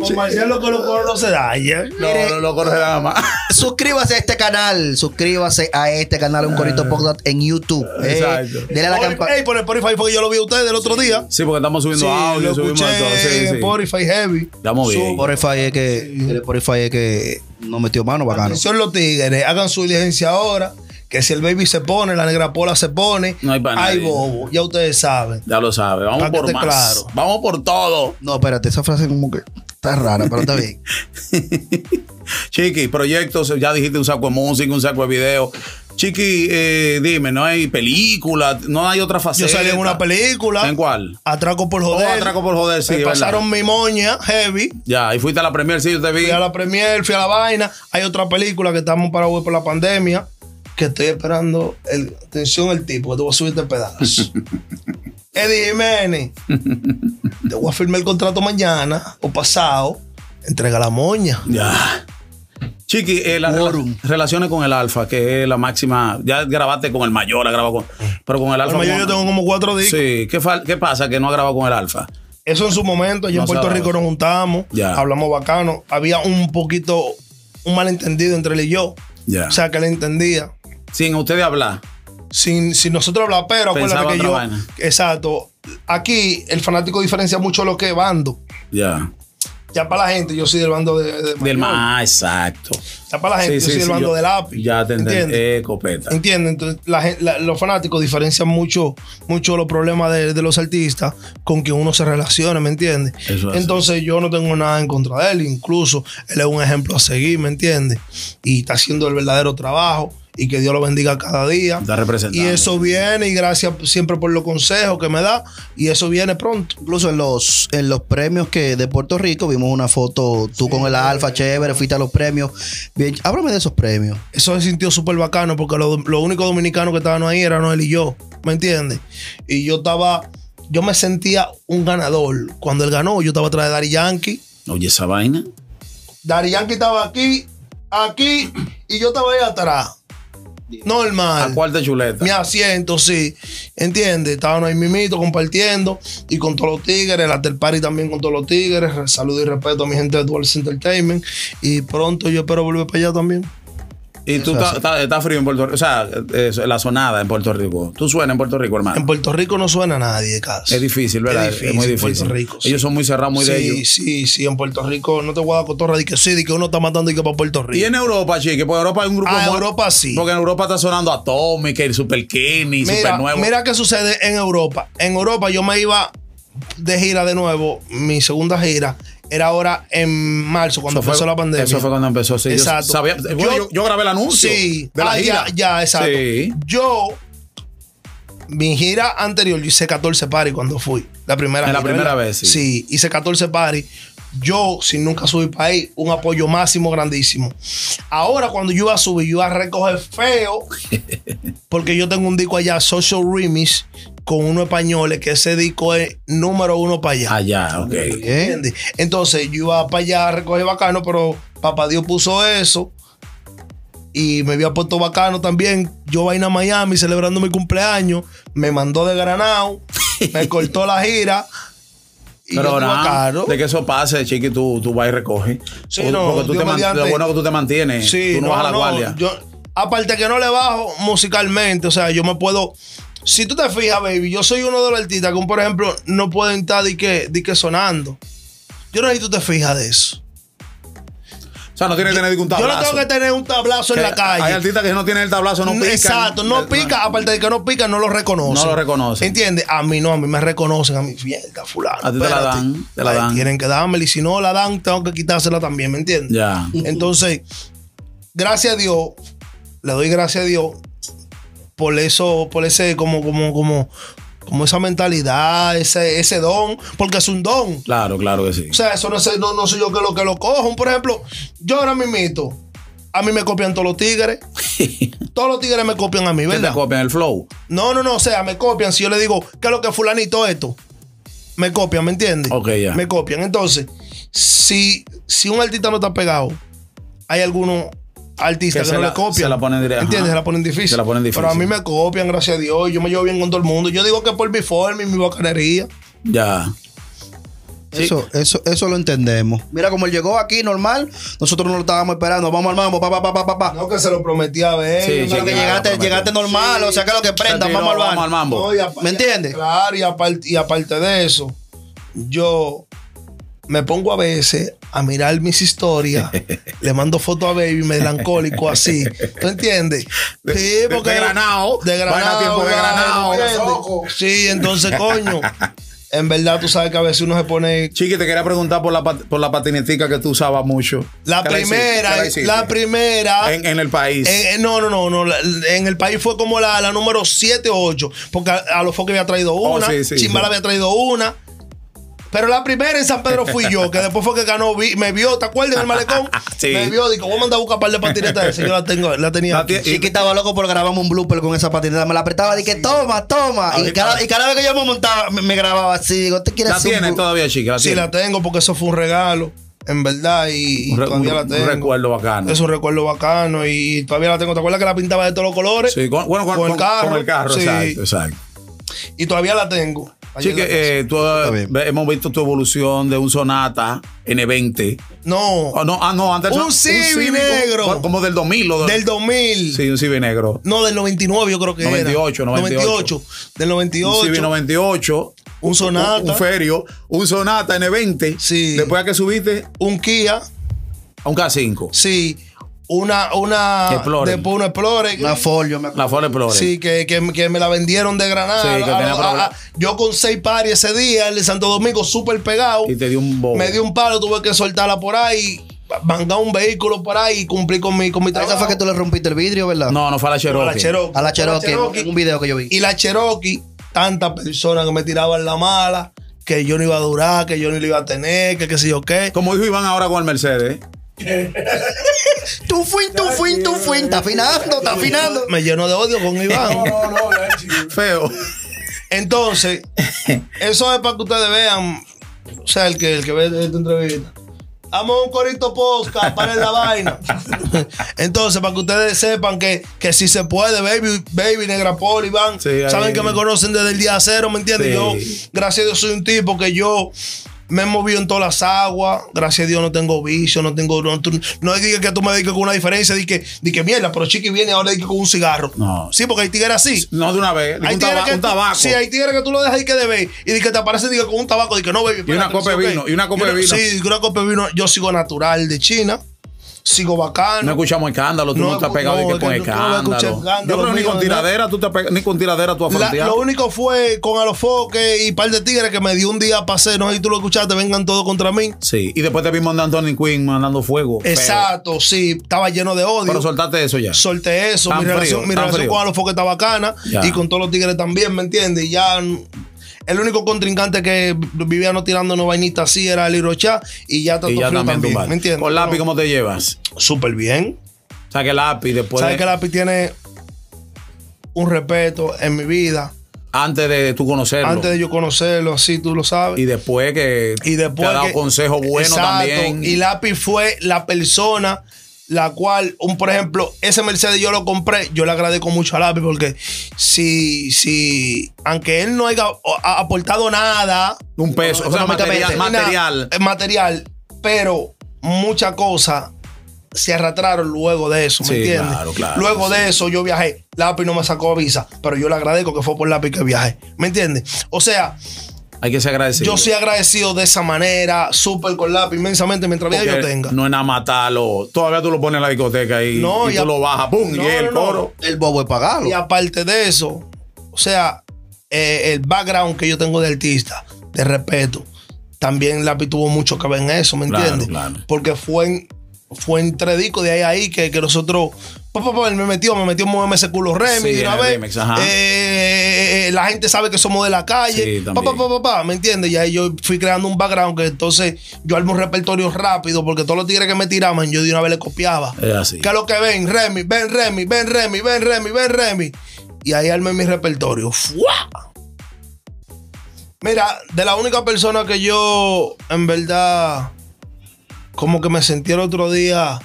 Speaker 7: Con Marcial lo que los coros no se dañan.
Speaker 3: No, no lo conoce nada más.
Speaker 5: Suscríbase a este canal. Suscríbase a este canal, un corito podcast en YouTube. Eh,
Speaker 3: Exacto.
Speaker 5: dele a la campana.
Speaker 7: Ey, por el Spotify fue que yo lo vi a ustedes el otro día.
Speaker 3: Sí, porque estamos subiendo
Speaker 7: Sí,
Speaker 3: audio,
Speaker 7: lo
Speaker 3: subimos
Speaker 7: escuché
Speaker 3: de todo. Sí,
Speaker 7: en
Speaker 3: sí.
Speaker 7: Spotify Heavy.
Speaker 3: Estamos bien.
Speaker 5: Spotify es que, el Spotify es que no metió mano bacano.
Speaker 7: Atención los tigres, hagan su diligencia ahora. Que si el baby se pone, la negra pola se pone,
Speaker 3: No hay pa'
Speaker 7: hay
Speaker 3: nadie.
Speaker 7: bobo. Ya ustedes saben.
Speaker 3: Ya lo sabe. Vamos
Speaker 7: Para que
Speaker 3: por
Speaker 7: esté
Speaker 3: más.
Speaker 7: claro.
Speaker 3: Vamos por todo.
Speaker 5: No, espérate, esa frase como que. Está rara, pero está bien.
Speaker 3: Chiqui, proyectos, ya dijiste un saco de música, un saco de video. Chiqui, eh, dime, no hay película, no hay otra
Speaker 7: Yo
Speaker 3: faceta.
Speaker 7: salí en una película.
Speaker 3: ¿En cuál?
Speaker 7: Atraco por joder.
Speaker 3: Oh, Atraco por Joder, sí,
Speaker 7: Me
Speaker 3: es
Speaker 7: pasaron mi moña, heavy.
Speaker 3: Ya, y fuiste a la premier, sí, yo te vi.
Speaker 7: Fui a la premier, fui a la vaina. Hay otra película que estamos para ver por la pandemia. Que estoy esperando. el- atención, el tipo, que te voy a subirte pedazos. Eddie Jiménez. te voy a firmar el contrato mañana o pasado. Entrega la moña.
Speaker 3: Ya. Chiqui, eh, las
Speaker 5: Quórum.
Speaker 3: relaciones con el Alfa, que es la máxima. Ya grabaste con el mayor, ha grabado con. Pero con el Alfa.
Speaker 7: Al mayor yo
Speaker 3: ¿cómo?
Speaker 7: tengo como cuatro discos.
Speaker 3: Sí, ¿qué, fal- qué pasa que no ha grabado con el Alfa?
Speaker 7: Eso en su momento, allá
Speaker 3: No
Speaker 7: en Puerto
Speaker 3: sabe.
Speaker 7: Rico nos juntamos,
Speaker 3: Ya.
Speaker 7: hablamos bacano. Había un poquito, un malentendido entre él y yo.
Speaker 3: Ya.
Speaker 7: O sea, que él entendía.
Speaker 3: Sin ustedes hablar.
Speaker 7: Sin, sin nosotros hablar, pero
Speaker 3: Pensaba
Speaker 7: acuérdate que
Speaker 3: otra
Speaker 7: yo.
Speaker 3: vaina.
Speaker 7: Exacto. Aquí el fanático diferencia mucho lo que es bando.
Speaker 3: Ya.
Speaker 7: Ya para la gente, yo soy del bando de, de
Speaker 3: Del
Speaker 7: mayor.
Speaker 3: más, exacto.
Speaker 7: Ya para la gente, yo soy del bando
Speaker 3: yo-
Speaker 7: de lápiz.
Speaker 3: Ya te entendí.
Speaker 7: ¿Entiendes?
Speaker 3: Eh, copeta.
Speaker 7: Entiende, entonces la gen- la- los fanáticos diferencian mucho, mucho los problemas de, de los artistas con que uno se relacione, ¿me entiendes?
Speaker 3: Eso es así.
Speaker 7: Entonces yo no tengo nada en contra de él, incluso él es un ejemplo a seguir, ¿me entiendes? Y está haciendo el verdadero trabajo y que Dios lo bendiga cada día.
Speaker 3: Está representando.
Speaker 7: Y eso viene y gracias siempre por los consejos que me da y eso viene pronto.
Speaker 5: Incluso en los, en los premios que de Puerto Rico vimos una foto, tú con el Alfa, chévere, fuiste a los premios. Bien, háblame de esos premios.
Speaker 7: Eso se sintió súper bacano porque lo- los únicos dominicanos que estaban ahí eran él y yo, ¿me entiendes? Y yo estaba, yo me sentía un ganador. Cuando él ganó, yo estaba atrás de Dari Yankee.
Speaker 3: Oye, esa vaina.
Speaker 7: Dari Yankee estaba aquí, aquí, y yo estaba ahí atrás.
Speaker 3: ¿A
Speaker 7: Normal.
Speaker 3: cuál de chuleta?
Speaker 7: Ah, Mi asiento, sí. ¿Entiendes? Estaban ahí mimito compartiendo y con todos los tigres, la after party también con todos los tigres. Saludo y respeto a mi gente de Duals Entertainment. Y pronto yo espero volver para allá también.
Speaker 3: Y tú
Speaker 5: Eso
Speaker 3: estás
Speaker 5: así.
Speaker 3: estás- estás frío en Puerto Rico. O sea, eh, la sonada en Puerto Rico. Tú suenas en Puerto Rico, hermano.
Speaker 7: En Puerto Rico no suena a nadie, casi.
Speaker 3: Ah. Es difícil, ¿verdad? Es, muy
Speaker 7: en
Speaker 3: difícil.
Speaker 7: Puerto Rico. sí.
Speaker 3: Ellos son muy cerrados, muy
Speaker 7: sí,
Speaker 3: de ellos.
Speaker 7: sí, sí, en Puerto Rico no te voy a dar cotorra de que sí, de que uno está matando y que para Puerto
Speaker 3: Y
Speaker 7: Rico.
Speaker 3: en Europa, chique, porque Europa hay un grupo.
Speaker 7: Ah, en
Speaker 3: muy-
Speaker 7: Europa sí.
Speaker 3: Porque en Europa está sonando Atomic, el Super Kenny, Super
Speaker 7: Mira,
Speaker 3: Nuevo.
Speaker 7: mira qué sucede en Europa. En Europa yo me iba de gira de nuevo, mi segunda gira era ahora en marzo cuando
Speaker 3: Eso fue-
Speaker 7: empezó la pandemia.
Speaker 3: Eso fue cuando empezó. Sí,
Speaker 7: Exacto.
Speaker 3: Yo, sabía- bueno, yo, yo grabé el anuncio.
Speaker 7: Sí,
Speaker 3: de la
Speaker 7: Ah,
Speaker 3: gira.
Speaker 7: ya, ya, exacto.
Speaker 3: Sí.
Speaker 7: Yo, mi gira anterior, yo hice 14 paris cuando fui. La primera
Speaker 3: En la
Speaker 7: gira,
Speaker 3: primera
Speaker 7: ¿verdad?
Speaker 3: vez, sí.
Speaker 7: Sí, hice 14 paris. Yo, sin nunca subir para ahí, un apoyo máximo grandísimo. Ahora, cuando yo iba a subir, yo iba a recoger feo, porque yo tengo un disco allá, Social Remix, con unos españoles, que ese disco es número uno para allá.
Speaker 3: Ah, ya, ok.
Speaker 5: Bien.
Speaker 7: ¿Entiendes? Entonces yo iba para allá a recoger bacano, pero papá Dios puso eso. Y me había puesto bacano también. Yo vaina a Miami celebrando mi cumpleaños. Me mandó de Granado. me cortó la gira. Y
Speaker 3: Pero
Speaker 7: yo estoy
Speaker 3: nada,
Speaker 7: bacano.
Speaker 3: de que eso pase, chiqui, tú, tú vas y recoges.
Speaker 7: Sí,
Speaker 3: O-
Speaker 7: no,
Speaker 3: porque tú
Speaker 7: Dios
Speaker 3: te man-
Speaker 7: mediante.
Speaker 3: lo bueno es que tú te mantienes.
Speaker 7: Sí,
Speaker 3: tú no, vas a la guardia.
Speaker 7: yo- aparte que no le bajo musicalmente, o sea, yo me puedo. Si tú te fijas, baby, yo soy uno de los artistas que, por ejemplo, no pueden estar de que, de que sonando. Yo no sé si tú te fijas de eso.
Speaker 3: o sea, no tienes que tener ningún
Speaker 7: Yo
Speaker 3: tablazo.
Speaker 7: no tengo que tener un tablazo en
Speaker 3: Que
Speaker 7: la calle.
Speaker 3: Hay artistas que no tienen el tablazo, no
Speaker 7: No,
Speaker 3: pican.
Speaker 7: Exacto, no pica, aparte de que no pica, no lo reconocen.
Speaker 3: No lo reconocen.
Speaker 7: ¿Entiendes? A mí no, a mí me reconocen, a mí, fiesta, fulano.
Speaker 3: A ti te la
Speaker 7: espérate.
Speaker 3: dan, te la
Speaker 7: Ay,
Speaker 3: dan.
Speaker 7: Tienen que dármela y si no la dan, tengo que quitársela también, ¿me entiendes?
Speaker 3: Ya.
Speaker 7: Entonces, gracias a Dios, le doy gracias a Dios por eso, por ese, como, como, como, como esa mentalidad, ese, ese don, porque es un don.
Speaker 3: Claro, claro que sí.
Speaker 7: O sea, eso no, sé, no, no soy yo que lo que lo cojo. Por ejemplo, yo ahora mismito, a mí me copian todos los tigres. todos los tigres me copian a mí,
Speaker 3: Que te
Speaker 7: ¿verdad?
Speaker 3: copian el flow.
Speaker 7: No, no, no, o sea, me copian. Si yo le digo, ¿qué es lo que fulanito esto? Me copian, ¿me entiendes?
Speaker 3: Ok, ya.
Speaker 7: Me copian. Entonces, si, si un artista no está pegado, hay algunos artistas
Speaker 3: Que
Speaker 7: que,
Speaker 3: se
Speaker 7: no
Speaker 3: la-
Speaker 7: le copian.
Speaker 3: se la ponen directa,
Speaker 7: ¿Entiendes?
Speaker 3: ajá.
Speaker 7: Se la ponen difícil.
Speaker 3: Se la ponen difícil.
Speaker 7: Pero a mí me copian, gracias a Dios. Yo me llevo bien con todo el mundo. Yo digo que por mi forma y mi bacanería.
Speaker 3: Ya. Sí.
Speaker 5: Eso, eso, eso lo entendemos. Mira, como él llegó aquí normal, nosotros no lo estábamos esperando. Vamos al mambo, pa, pa, pa, pa, pa, pa.
Speaker 7: No, que se lo prometí a ver.
Speaker 3: Sí,
Speaker 7: no
Speaker 3: sí,
Speaker 5: Pero que
Speaker 3: claro,
Speaker 5: llegaste,
Speaker 3: prometido.
Speaker 5: llegaste normal, o sea que lo que prenda,
Speaker 3: Se tiró,
Speaker 5: vamos al
Speaker 3: vamos al
Speaker 5: bar.
Speaker 3: mambo.
Speaker 7: No, y apa-
Speaker 5: ¿Me entiendes?
Speaker 7: Claro, y aparte, y aparte de eso, yo me pongo a veces a mirar mis historias, le mando fotos a Baby melancólico así. ¿Tú entiendes?
Speaker 3: De- de- de Granado,
Speaker 7: De
Speaker 3: vaina
Speaker 7: Granado.
Speaker 3: tiempo de
Speaker 7: vaina,
Speaker 3: Granado.
Speaker 7: ¿entiendes? Sí, entonces, coño. en verdad tú sabes que a veces uno se pone
Speaker 3: Chiqui, te quería preguntar por la, pat- por la patinetica que tú usabas mucho.
Speaker 7: la
Speaker 3: ¿Qué hiciste? ¿Qué
Speaker 7: primera, eh,
Speaker 3: hiciste?
Speaker 7: la primera
Speaker 3: En, en el país.
Speaker 7: Eh, eh, no, no, no, no. la- En el país fue como la, la número 7 o 8. Porque a, a los foques había traído
Speaker 3: Oh,
Speaker 7: una.
Speaker 3: sí, sí,
Speaker 7: Chimbala
Speaker 3: sí.
Speaker 7: había traído una. Pero la primera en San Pedro fui yo, que después fue que ganó, vi- me vio, ¿te acuerdas? En el malecón.
Speaker 3: Sí.
Speaker 7: Me vio, dijo, voy a mandar a buscar un par de patinetas. de esas. Yo la tengo, la tenía.
Speaker 3: La
Speaker 7: aquí.
Speaker 3: tie-
Speaker 5: Chiqui estaba loco por grabarme un blooper con esa patineta. Me la apretaba, dije, toma, toma. Y cada, y cada vez que yo me montaba, me, me grababa así. Digo, ¿te quieres
Speaker 3: Ah. la
Speaker 5: hacer un
Speaker 3: tienes
Speaker 5: blooper?"
Speaker 3: todavía, Chiqui. La
Speaker 7: Sí,
Speaker 3: tienes?
Speaker 7: la tengo porque eso fue un regalo, en verdad, y, y
Speaker 3: Un re-
Speaker 7: todavía
Speaker 3: un-
Speaker 7: la
Speaker 3: un
Speaker 7: tengo.
Speaker 3: recuerdo bacano.
Speaker 7: Es un recuerdo bacano y, todavía la tengo. ¿Te acuerdas que la pintaba de todos los colores?
Speaker 3: Sí, con, bueno, con, con- con el carro.
Speaker 7: Sí,
Speaker 3: exacto, exacto.
Speaker 7: Y todavía la tengo. Allí en
Speaker 3: Chiqui,
Speaker 7: la casa.
Speaker 3: eh, tú,
Speaker 5: bien.
Speaker 3: ve- hemos visto tu evolución de un Sonata N20.
Speaker 7: no.
Speaker 3: Oh, no, ah, no, antes
Speaker 7: Un
Speaker 3: no,
Speaker 7: Civic
Speaker 3: Civic,
Speaker 7: negro.
Speaker 3: co- Como del 2000. o
Speaker 7: Del 2000.
Speaker 3: Sí, un Civi negro.
Speaker 7: No, del 99 yo creo que
Speaker 3: 98,
Speaker 7: era.
Speaker 3: 98.
Speaker 7: Del
Speaker 3: Un
Speaker 7: 98.
Speaker 3: Civi 98.
Speaker 7: Un Sonata.
Speaker 3: Un, un Ferio. Un Sonata N20.
Speaker 7: Sí.
Speaker 3: Después a que subiste
Speaker 7: Un Kia.
Speaker 3: a un K5.
Speaker 7: Sí. Una, una.
Speaker 3: Explorer.
Speaker 7: Después una Explorer.
Speaker 5: Una Ford, yo me acuerdo.
Speaker 3: La Ford Explorer.
Speaker 7: Sí, que, que, que me la vendieron de Granada. Ah,
Speaker 3: Sí, que
Speaker 7: A-
Speaker 3: tenía
Speaker 7: a-
Speaker 3: problema.
Speaker 7: a- yo con seis pares ese día, el de Santo Domingo, súper pegado.
Speaker 3: Y te dio un bobo.
Speaker 7: Me dio un palo, tuve que soltarla por ahí, mangar un vehículo por ahí y cumplir con mi, con mi
Speaker 5: Esa
Speaker 7: trabajo.
Speaker 5: fue que tú le rompiste el vidrio, ¿verdad?
Speaker 3: No, no fue a la
Speaker 7: A
Speaker 3: Cherokee.
Speaker 7: la Cherokee.
Speaker 5: A la Cherokee, en un video que yo vi.
Speaker 7: Y la Cherokee, tantas personas que me tiraban la mala, que yo no iba a durar, que yo no lo iba a tener, que qué sé yo qué.
Speaker 3: Como dijo Iván ahora con el Mercedes.
Speaker 5: Tú fuin, tú fuin, tú fuin. Está afinando, está afinando.
Speaker 7: Me lleno de odio con Iván.
Speaker 3: Feo.
Speaker 7: Entonces, eso es para que ustedes vean, o sea, el que, el que ve esta entrevista. Vamos a un corito posca, para la vaina. Entonces, para que ustedes sepan que, que si se puede, baby, baby, negra poli, Iván,
Speaker 3: Sí, ahí.
Speaker 7: saben que me conocen desde el día cero, ¿me entiendes?
Speaker 3: Sí.
Speaker 7: Yo, gracias a Dios, soy un tipo que yo me he movido en todas las aguas. Gracias a Dios no tengo vicio, no tengo. No, tú- no digas que tú me digas con una diferencia, di que, di que mierda, pero chiqui viene ahora di que con un cigarro.
Speaker 3: No.
Speaker 7: Sí, porque hay tigres así.
Speaker 3: No, de una vez.
Speaker 7: Hay
Speaker 3: Un,
Speaker 7: tigres
Speaker 3: taba-
Speaker 7: que
Speaker 3: un
Speaker 7: tú-
Speaker 3: tabaco.
Speaker 7: Sí, hay tigres que tú lo dejas ahí que debe y de que te aparece diga, con un tabaco y que no, baby.
Speaker 3: Y una
Speaker 7: espérate,
Speaker 3: copa de
Speaker 7: no sé
Speaker 3: vino,
Speaker 7: qué.
Speaker 3: y una copa de vino.
Speaker 7: Sí, una copa de vino. Yo sigo natural de China, sigo
Speaker 3: No
Speaker 7: bacano.
Speaker 3: escuchamos escándalo, tú no,
Speaker 7: No,
Speaker 3: te has pegado
Speaker 7: no,
Speaker 3: ni que
Speaker 7: es
Speaker 3: con
Speaker 7: que tú no vas a
Speaker 3: escándalo.
Speaker 7: escuchar
Speaker 3: Yo
Speaker 7: escándalo
Speaker 3: creo que ni
Speaker 7: mío,
Speaker 3: con
Speaker 7: ¿verdad?
Speaker 3: tiradera tú te pegas, ni con tiradera tú has
Speaker 7: La-
Speaker 3: fronteado.
Speaker 7: lo único fue con Alofoque y par de tigres que me dio un día pasé, no sé si tú lo escuchaste, vengan todos contra mí.
Speaker 3: Sí, y después te vimos andando Anthony Quinn mandando fuego. feo.
Speaker 7: Exacto, sí, estaba lleno de odio.
Speaker 3: Pero soltaste eso ya.
Speaker 7: solté eso.
Speaker 3: Tan
Speaker 7: Mi
Speaker 3: frío,
Speaker 7: relación, mi
Speaker 3: tan
Speaker 7: relación
Speaker 3: frío.
Speaker 7: con Alofoque está bacana
Speaker 3: Ya.
Speaker 7: y con todos los tigres también, ¿me entiendes? Y ya mm, el único contrincante que vivía no tirando no vainitas así era el Irochá y ya está
Speaker 3: y
Speaker 7: todo
Speaker 3: ya
Speaker 7: frío
Speaker 3: también,
Speaker 7: también,
Speaker 3: tumbaste.
Speaker 7: ¿me entiendes?
Speaker 3: Con lápiz,
Speaker 7: Pero
Speaker 3: ¿cómo te llevas?
Speaker 7: Súper bien.
Speaker 3: O sea, que lápiz después.
Speaker 7: ¿Sabes
Speaker 3: de-
Speaker 7: que Lápiz tiene un respeto en mi vida?
Speaker 3: Antes de tú conocerlo.
Speaker 7: Antes de yo conocerlo, así tú lo sabes.
Speaker 3: Y después que
Speaker 7: Y después.
Speaker 3: te ha dado
Speaker 7: que-
Speaker 3: consejos buenos
Speaker 7: Exacto.
Speaker 3: también.
Speaker 7: Y Lápiz fue la persona la cual, un, por ejemplo, ese Mercedes yo lo compré. Yo le agradezco mucho a Lápiz porque si, si, aunque él no haya o- a- aportado nada,
Speaker 3: un peso. O sea, material.
Speaker 5: Económicamente.
Speaker 3: material.
Speaker 7: na- material, pero muchas cosas se arrastraron luego de eso, ¿me
Speaker 3: Sí,
Speaker 7: entiendes?
Speaker 3: claro, claro,
Speaker 7: luego
Speaker 3: sí.
Speaker 7: de eso yo viajé. Lápiz no me sacó visa, pero yo le agradezco que fue por Lápiz que viajé, ¿me entiendes? O sea,
Speaker 3: Hay que ser agradecido.
Speaker 7: yo soy agradecido de esa manera, súper con lápiz, inmensamente, mientras vida
Speaker 3: Porque
Speaker 7: yo tenga.
Speaker 3: No es nada matarlo. Todavía tú lo pones en la discoteca y,
Speaker 7: No,
Speaker 3: y
Speaker 7: y
Speaker 3: tú
Speaker 7: a-
Speaker 3: lo bajas. ¡Pum!
Speaker 7: No,
Speaker 3: y el
Speaker 7: no, no.
Speaker 3: coro.
Speaker 5: El bobo es pagarlo.
Speaker 7: Y aparte de eso, o sea, eh, el background que yo tengo de artista, de respeto, también Lápiz tuvo mucho que ver en eso, ¿me
Speaker 3: Claro,
Speaker 7: entiendes?
Speaker 3: claro.
Speaker 7: Porque fue en, fue entre discos de ahí a ahí que, que nosotros. Pa, pa, pa, él me metió, me metió en ese culo Remy
Speaker 3: Sí,
Speaker 7: de una
Speaker 3: en el
Speaker 7: vez.
Speaker 3: remix, ajá.
Speaker 7: Eh, eh, eh, la gente sabe que somos de la calle.
Speaker 3: Sí,
Speaker 7: pa,
Speaker 3: también.
Speaker 7: pa, pa, pa, pa, ¿me entiendes? Y ahí yo fui creando un background que entonces yo armo un repertorio rápido porque todos los tigres que me tiraban, yo de una vez le copiaba.
Speaker 3: Es así.
Speaker 7: Que lo que ven, Remy, ven Remy, ven Remy, ven Remy, ven Remy. Y ahí armé mi repertorio. ¡Fua! Mira, de la única persona que yo, en verdad, como que me sentí el otro día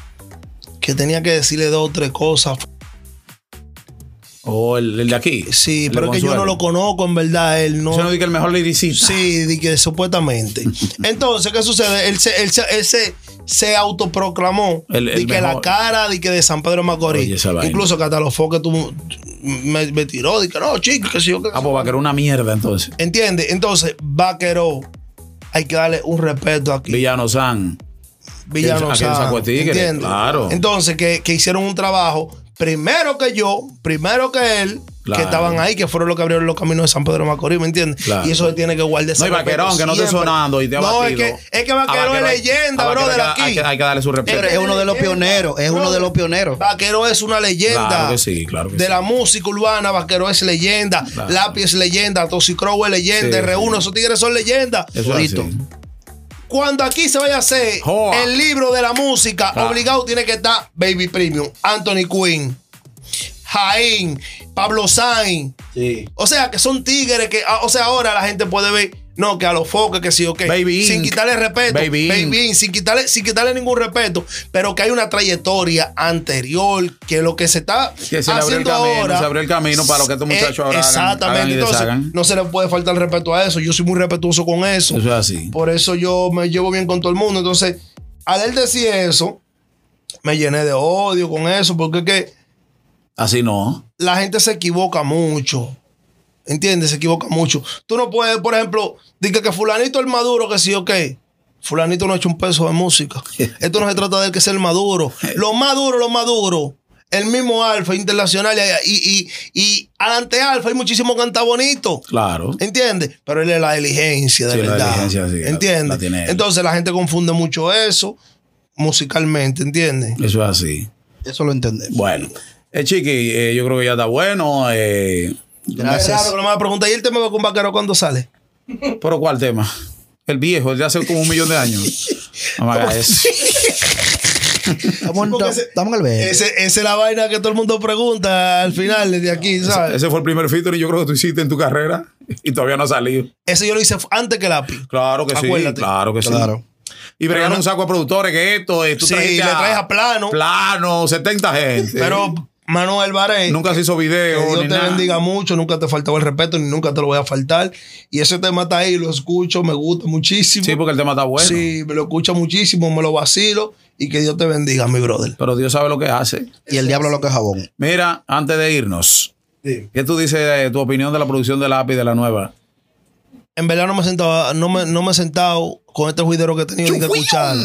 Speaker 7: que tenía que decirle dos o tres cosas.
Speaker 3: O el, el de aquí.
Speaker 7: Sí,
Speaker 3: El de
Speaker 7: pero es que yo
Speaker 3: Consuelo.
Speaker 7: no lo conozco, en verdad, él no.
Speaker 3: Yo no dije que el mejor lyricista.
Speaker 7: Sí, di que supuestamente. Entonces, ¿qué sucede? Él se, él se, él se- se autoproclamó
Speaker 3: El- el
Speaker 7: di que
Speaker 3: mejor.
Speaker 7: la cara di que de San Pedro
Speaker 3: Oye,
Speaker 7: Macorís.
Speaker 3: esa vaina.
Speaker 7: Incluso que hasta los foques tú me, me tiró, di que no, chico, que si yo que.
Speaker 3: Ah, pues va a quedar una mierda entonces.
Speaker 7: ¿Entiendes? Entonces, vaquero, hay que darle un respeto aquí.
Speaker 3: Villano San.
Speaker 7: Villano
Speaker 3: Aquel- aquel
Speaker 7: Sano,
Speaker 3: sacó tigre,
Speaker 7: ¿entiendes?
Speaker 3: claro.
Speaker 7: Entonces, que, que hicieron un trabajo primero que yo, primero que él,
Speaker 3: Claro.
Speaker 7: que estaban ahí, que fueron los que abrieron los caminos de San Pedro Macorís, ¿me entiendes?
Speaker 3: Claro.
Speaker 7: Y eso se tiene que guardar ese
Speaker 3: No, y
Speaker 7: respeto
Speaker 3: Vaquerón, que no esté
Speaker 7: siempre.
Speaker 3: sonando y te ha
Speaker 7: No,
Speaker 3: batido.
Speaker 7: es
Speaker 3: Ah,
Speaker 7: que, es que
Speaker 3: A
Speaker 7: Vaquerón es
Speaker 3: Vaquero hay-
Speaker 7: leyenda,
Speaker 3: a Vaquero
Speaker 7: brother,
Speaker 3: hay que- hay
Speaker 7: aquí.
Speaker 3: que- hay que darle su respeto.
Speaker 5: Es uno de los
Speaker 7: leyenda,
Speaker 5: pioneros, es uno de los pioneros.
Speaker 7: Vaquero es una leyenda.
Speaker 3: Claro que sí, claro que
Speaker 7: de
Speaker 3: sí.
Speaker 7: la música urbana, Vaquero es leyenda,
Speaker 3: Claro.
Speaker 7: Lápiz es leyenda, Toxicrow es leyenda,
Speaker 3: Sí,
Speaker 7: R1, esos tigres son leyendas.
Speaker 3: Eso es
Speaker 7: Todito.
Speaker 3: así.
Speaker 7: Cuando aquí se vaya a hacer
Speaker 3: Joa.
Speaker 7: el libro de la música,
Speaker 3: Claro.
Speaker 7: obligado tiene que estar Baby Premium, Anthony Quinn, Jaín, Pablo Sainz. O sea, que son tigres que, ah, o sea, ahora la gente puede ver, no, que a los foques, que sí o que.
Speaker 3: Baby
Speaker 7: Sin
Speaker 3: Inc.
Speaker 7: quitarle respeto.
Speaker 3: Baby Inc.
Speaker 7: Inc, sin quitarle, sin quitarle ningún respeto, pero que hay una trayectoria anterior, que lo que se está
Speaker 3: Que se le abrió el
Speaker 7: haciendo
Speaker 3: camino,
Speaker 7: ahora.
Speaker 3: se abrió el camino para lo que estos
Speaker 7: eh,
Speaker 3: muchachos ahora hagan-
Speaker 7: Exactamente.
Speaker 3: hagan y
Speaker 7: Entonces,
Speaker 3: deshagan.
Speaker 7: no se le puede faltar el respeto a eso. Yo soy muy respetuoso con eso.
Speaker 3: Eso es así.
Speaker 7: Por eso yo me llevo bien con todo el mundo. Entonces, al él decir eso, me llené de odio con eso, porque es que
Speaker 3: Así no.
Speaker 7: la gente se equivoca mucho. ¿Entiendes? Se equivoca mucho. Tú no puedes, por ejemplo, decir que fulanito el maduro, que sí, ok. Fulanito no ha hecho un peso de música. Esto no se trata de él que sea el maduro. Los maduros, los maduros. El mismo Alfa Internacional y, y, y, y adelante Alfa hay muchísimos cantabonitos.
Speaker 3: Claro.
Speaker 7: Eh. ¿Entiendes? Pero él es la diligencia, de
Speaker 3: Sí, la
Speaker 7: verdad.
Speaker 3: diligencia, sí, la-
Speaker 7: ¿Entiendes?
Speaker 3: la tiene él.
Speaker 7: Entonces la gente confunde mucho eso musicalmente, ¿entiendes?
Speaker 3: Eso es así.
Speaker 5: Eso lo entendemos.
Speaker 3: Bueno. Eh, Chiqui, eh, yo creo que ya está bueno. eh,
Speaker 7: Es raro
Speaker 5: Gracias.
Speaker 7: que no me va a preguntar. ¿Y el tema con Vaquero cuándo sale?
Speaker 3: ¿Pero cuál tema? El viejo, el de hace como un millón de años. No me hagas eso.
Speaker 5: Estamos,
Speaker 7: Porque
Speaker 5: en-
Speaker 7: ese-
Speaker 5: estamos en el B.
Speaker 7: Ese- Esa es la vaina que todo el mundo pregunta al final desde aquí, ¿sabes?
Speaker 3: Ese fue el primer feature yo creo que tú hiciste en tu carrera y todavía no ha salido.
Speaker 7: Eso yo lo hice antes que Lápiz.
Speaker 3: Claro que
Speaker 7: Acuérdate.
Speaker 3: sí. Claro que
Speaker 5: Claro.
Speaker 3: sí. Y bregaron un saco de productores que esto, eh, tú
Speaker 7: Sí,
Speaker 3: trajiste
Speaker 7: le traes a Plano.
Speaker 3: Plano, 70 gente.
Speaker 7: Pero Manuel Baré,
Speaker 3: nunca se hizo
Speaker 7: que
Speaker 3: video.
Speaker 7: Dios
Speaker 3: ni
Speaker 7: te
Speaker 3: nada.
Speaker 7: bendiga mucho, nunca te faltaba el respeto, ni nunca te lo voy a faltar. Y ese tema está ahí, lo escucho, me gusta muchísimo.
Speaker 3: Sí, porque el tema está bueno.
Speaker 7: Sí, me lo escucho muchísimo, me lo vacilo y que Dios te bendiga, mi brother.
Speaker 3: Pero Dios sabe lo que hace.
Speaker 5: Y el diablo lo que es jabón.
Speaker 3: Mira, antes de irnos, ¿qué tú dices de tu opinión de la producción de lápiz de la nueva?
Speaker 7: En verdad no me he sentado, no me, no me he sentado con este juidero que he tenido ni que escuchar.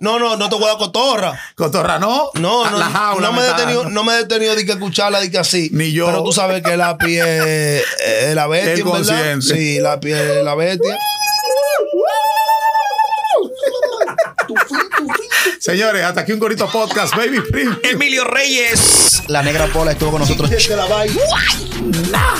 Speaker 7: No, no, no te voy a dar cotorra.
Speaker 3: Cotorra, no.
Speaker 7: No,
Speaker 3: A
Speaker 7: no,
Speaker 3: la jaula
Speaker 7: no, me he
Speaker 3: está
Speaker 7: detenido,
Speaker 3: dando.
Speaker 7: no me he detenido de que escucharla, de que así.
Speaker 3: Ni yo.
Speaker 7: Pero tú sabes que la piel es es la bestia,
Speaker 3: Es
Speaker 7: en ¿verdad?
Speaker 3: consciente.
Speaker 7: Sí, la piel es la bestia.
Speaker 3: Señores, hasta aquí un corito podcast, baby. Free.
Speaker 8: Emilio Reyes.
Speaker 5: La negra pola estuvo con nosotros.
Speaker 7: la vaina.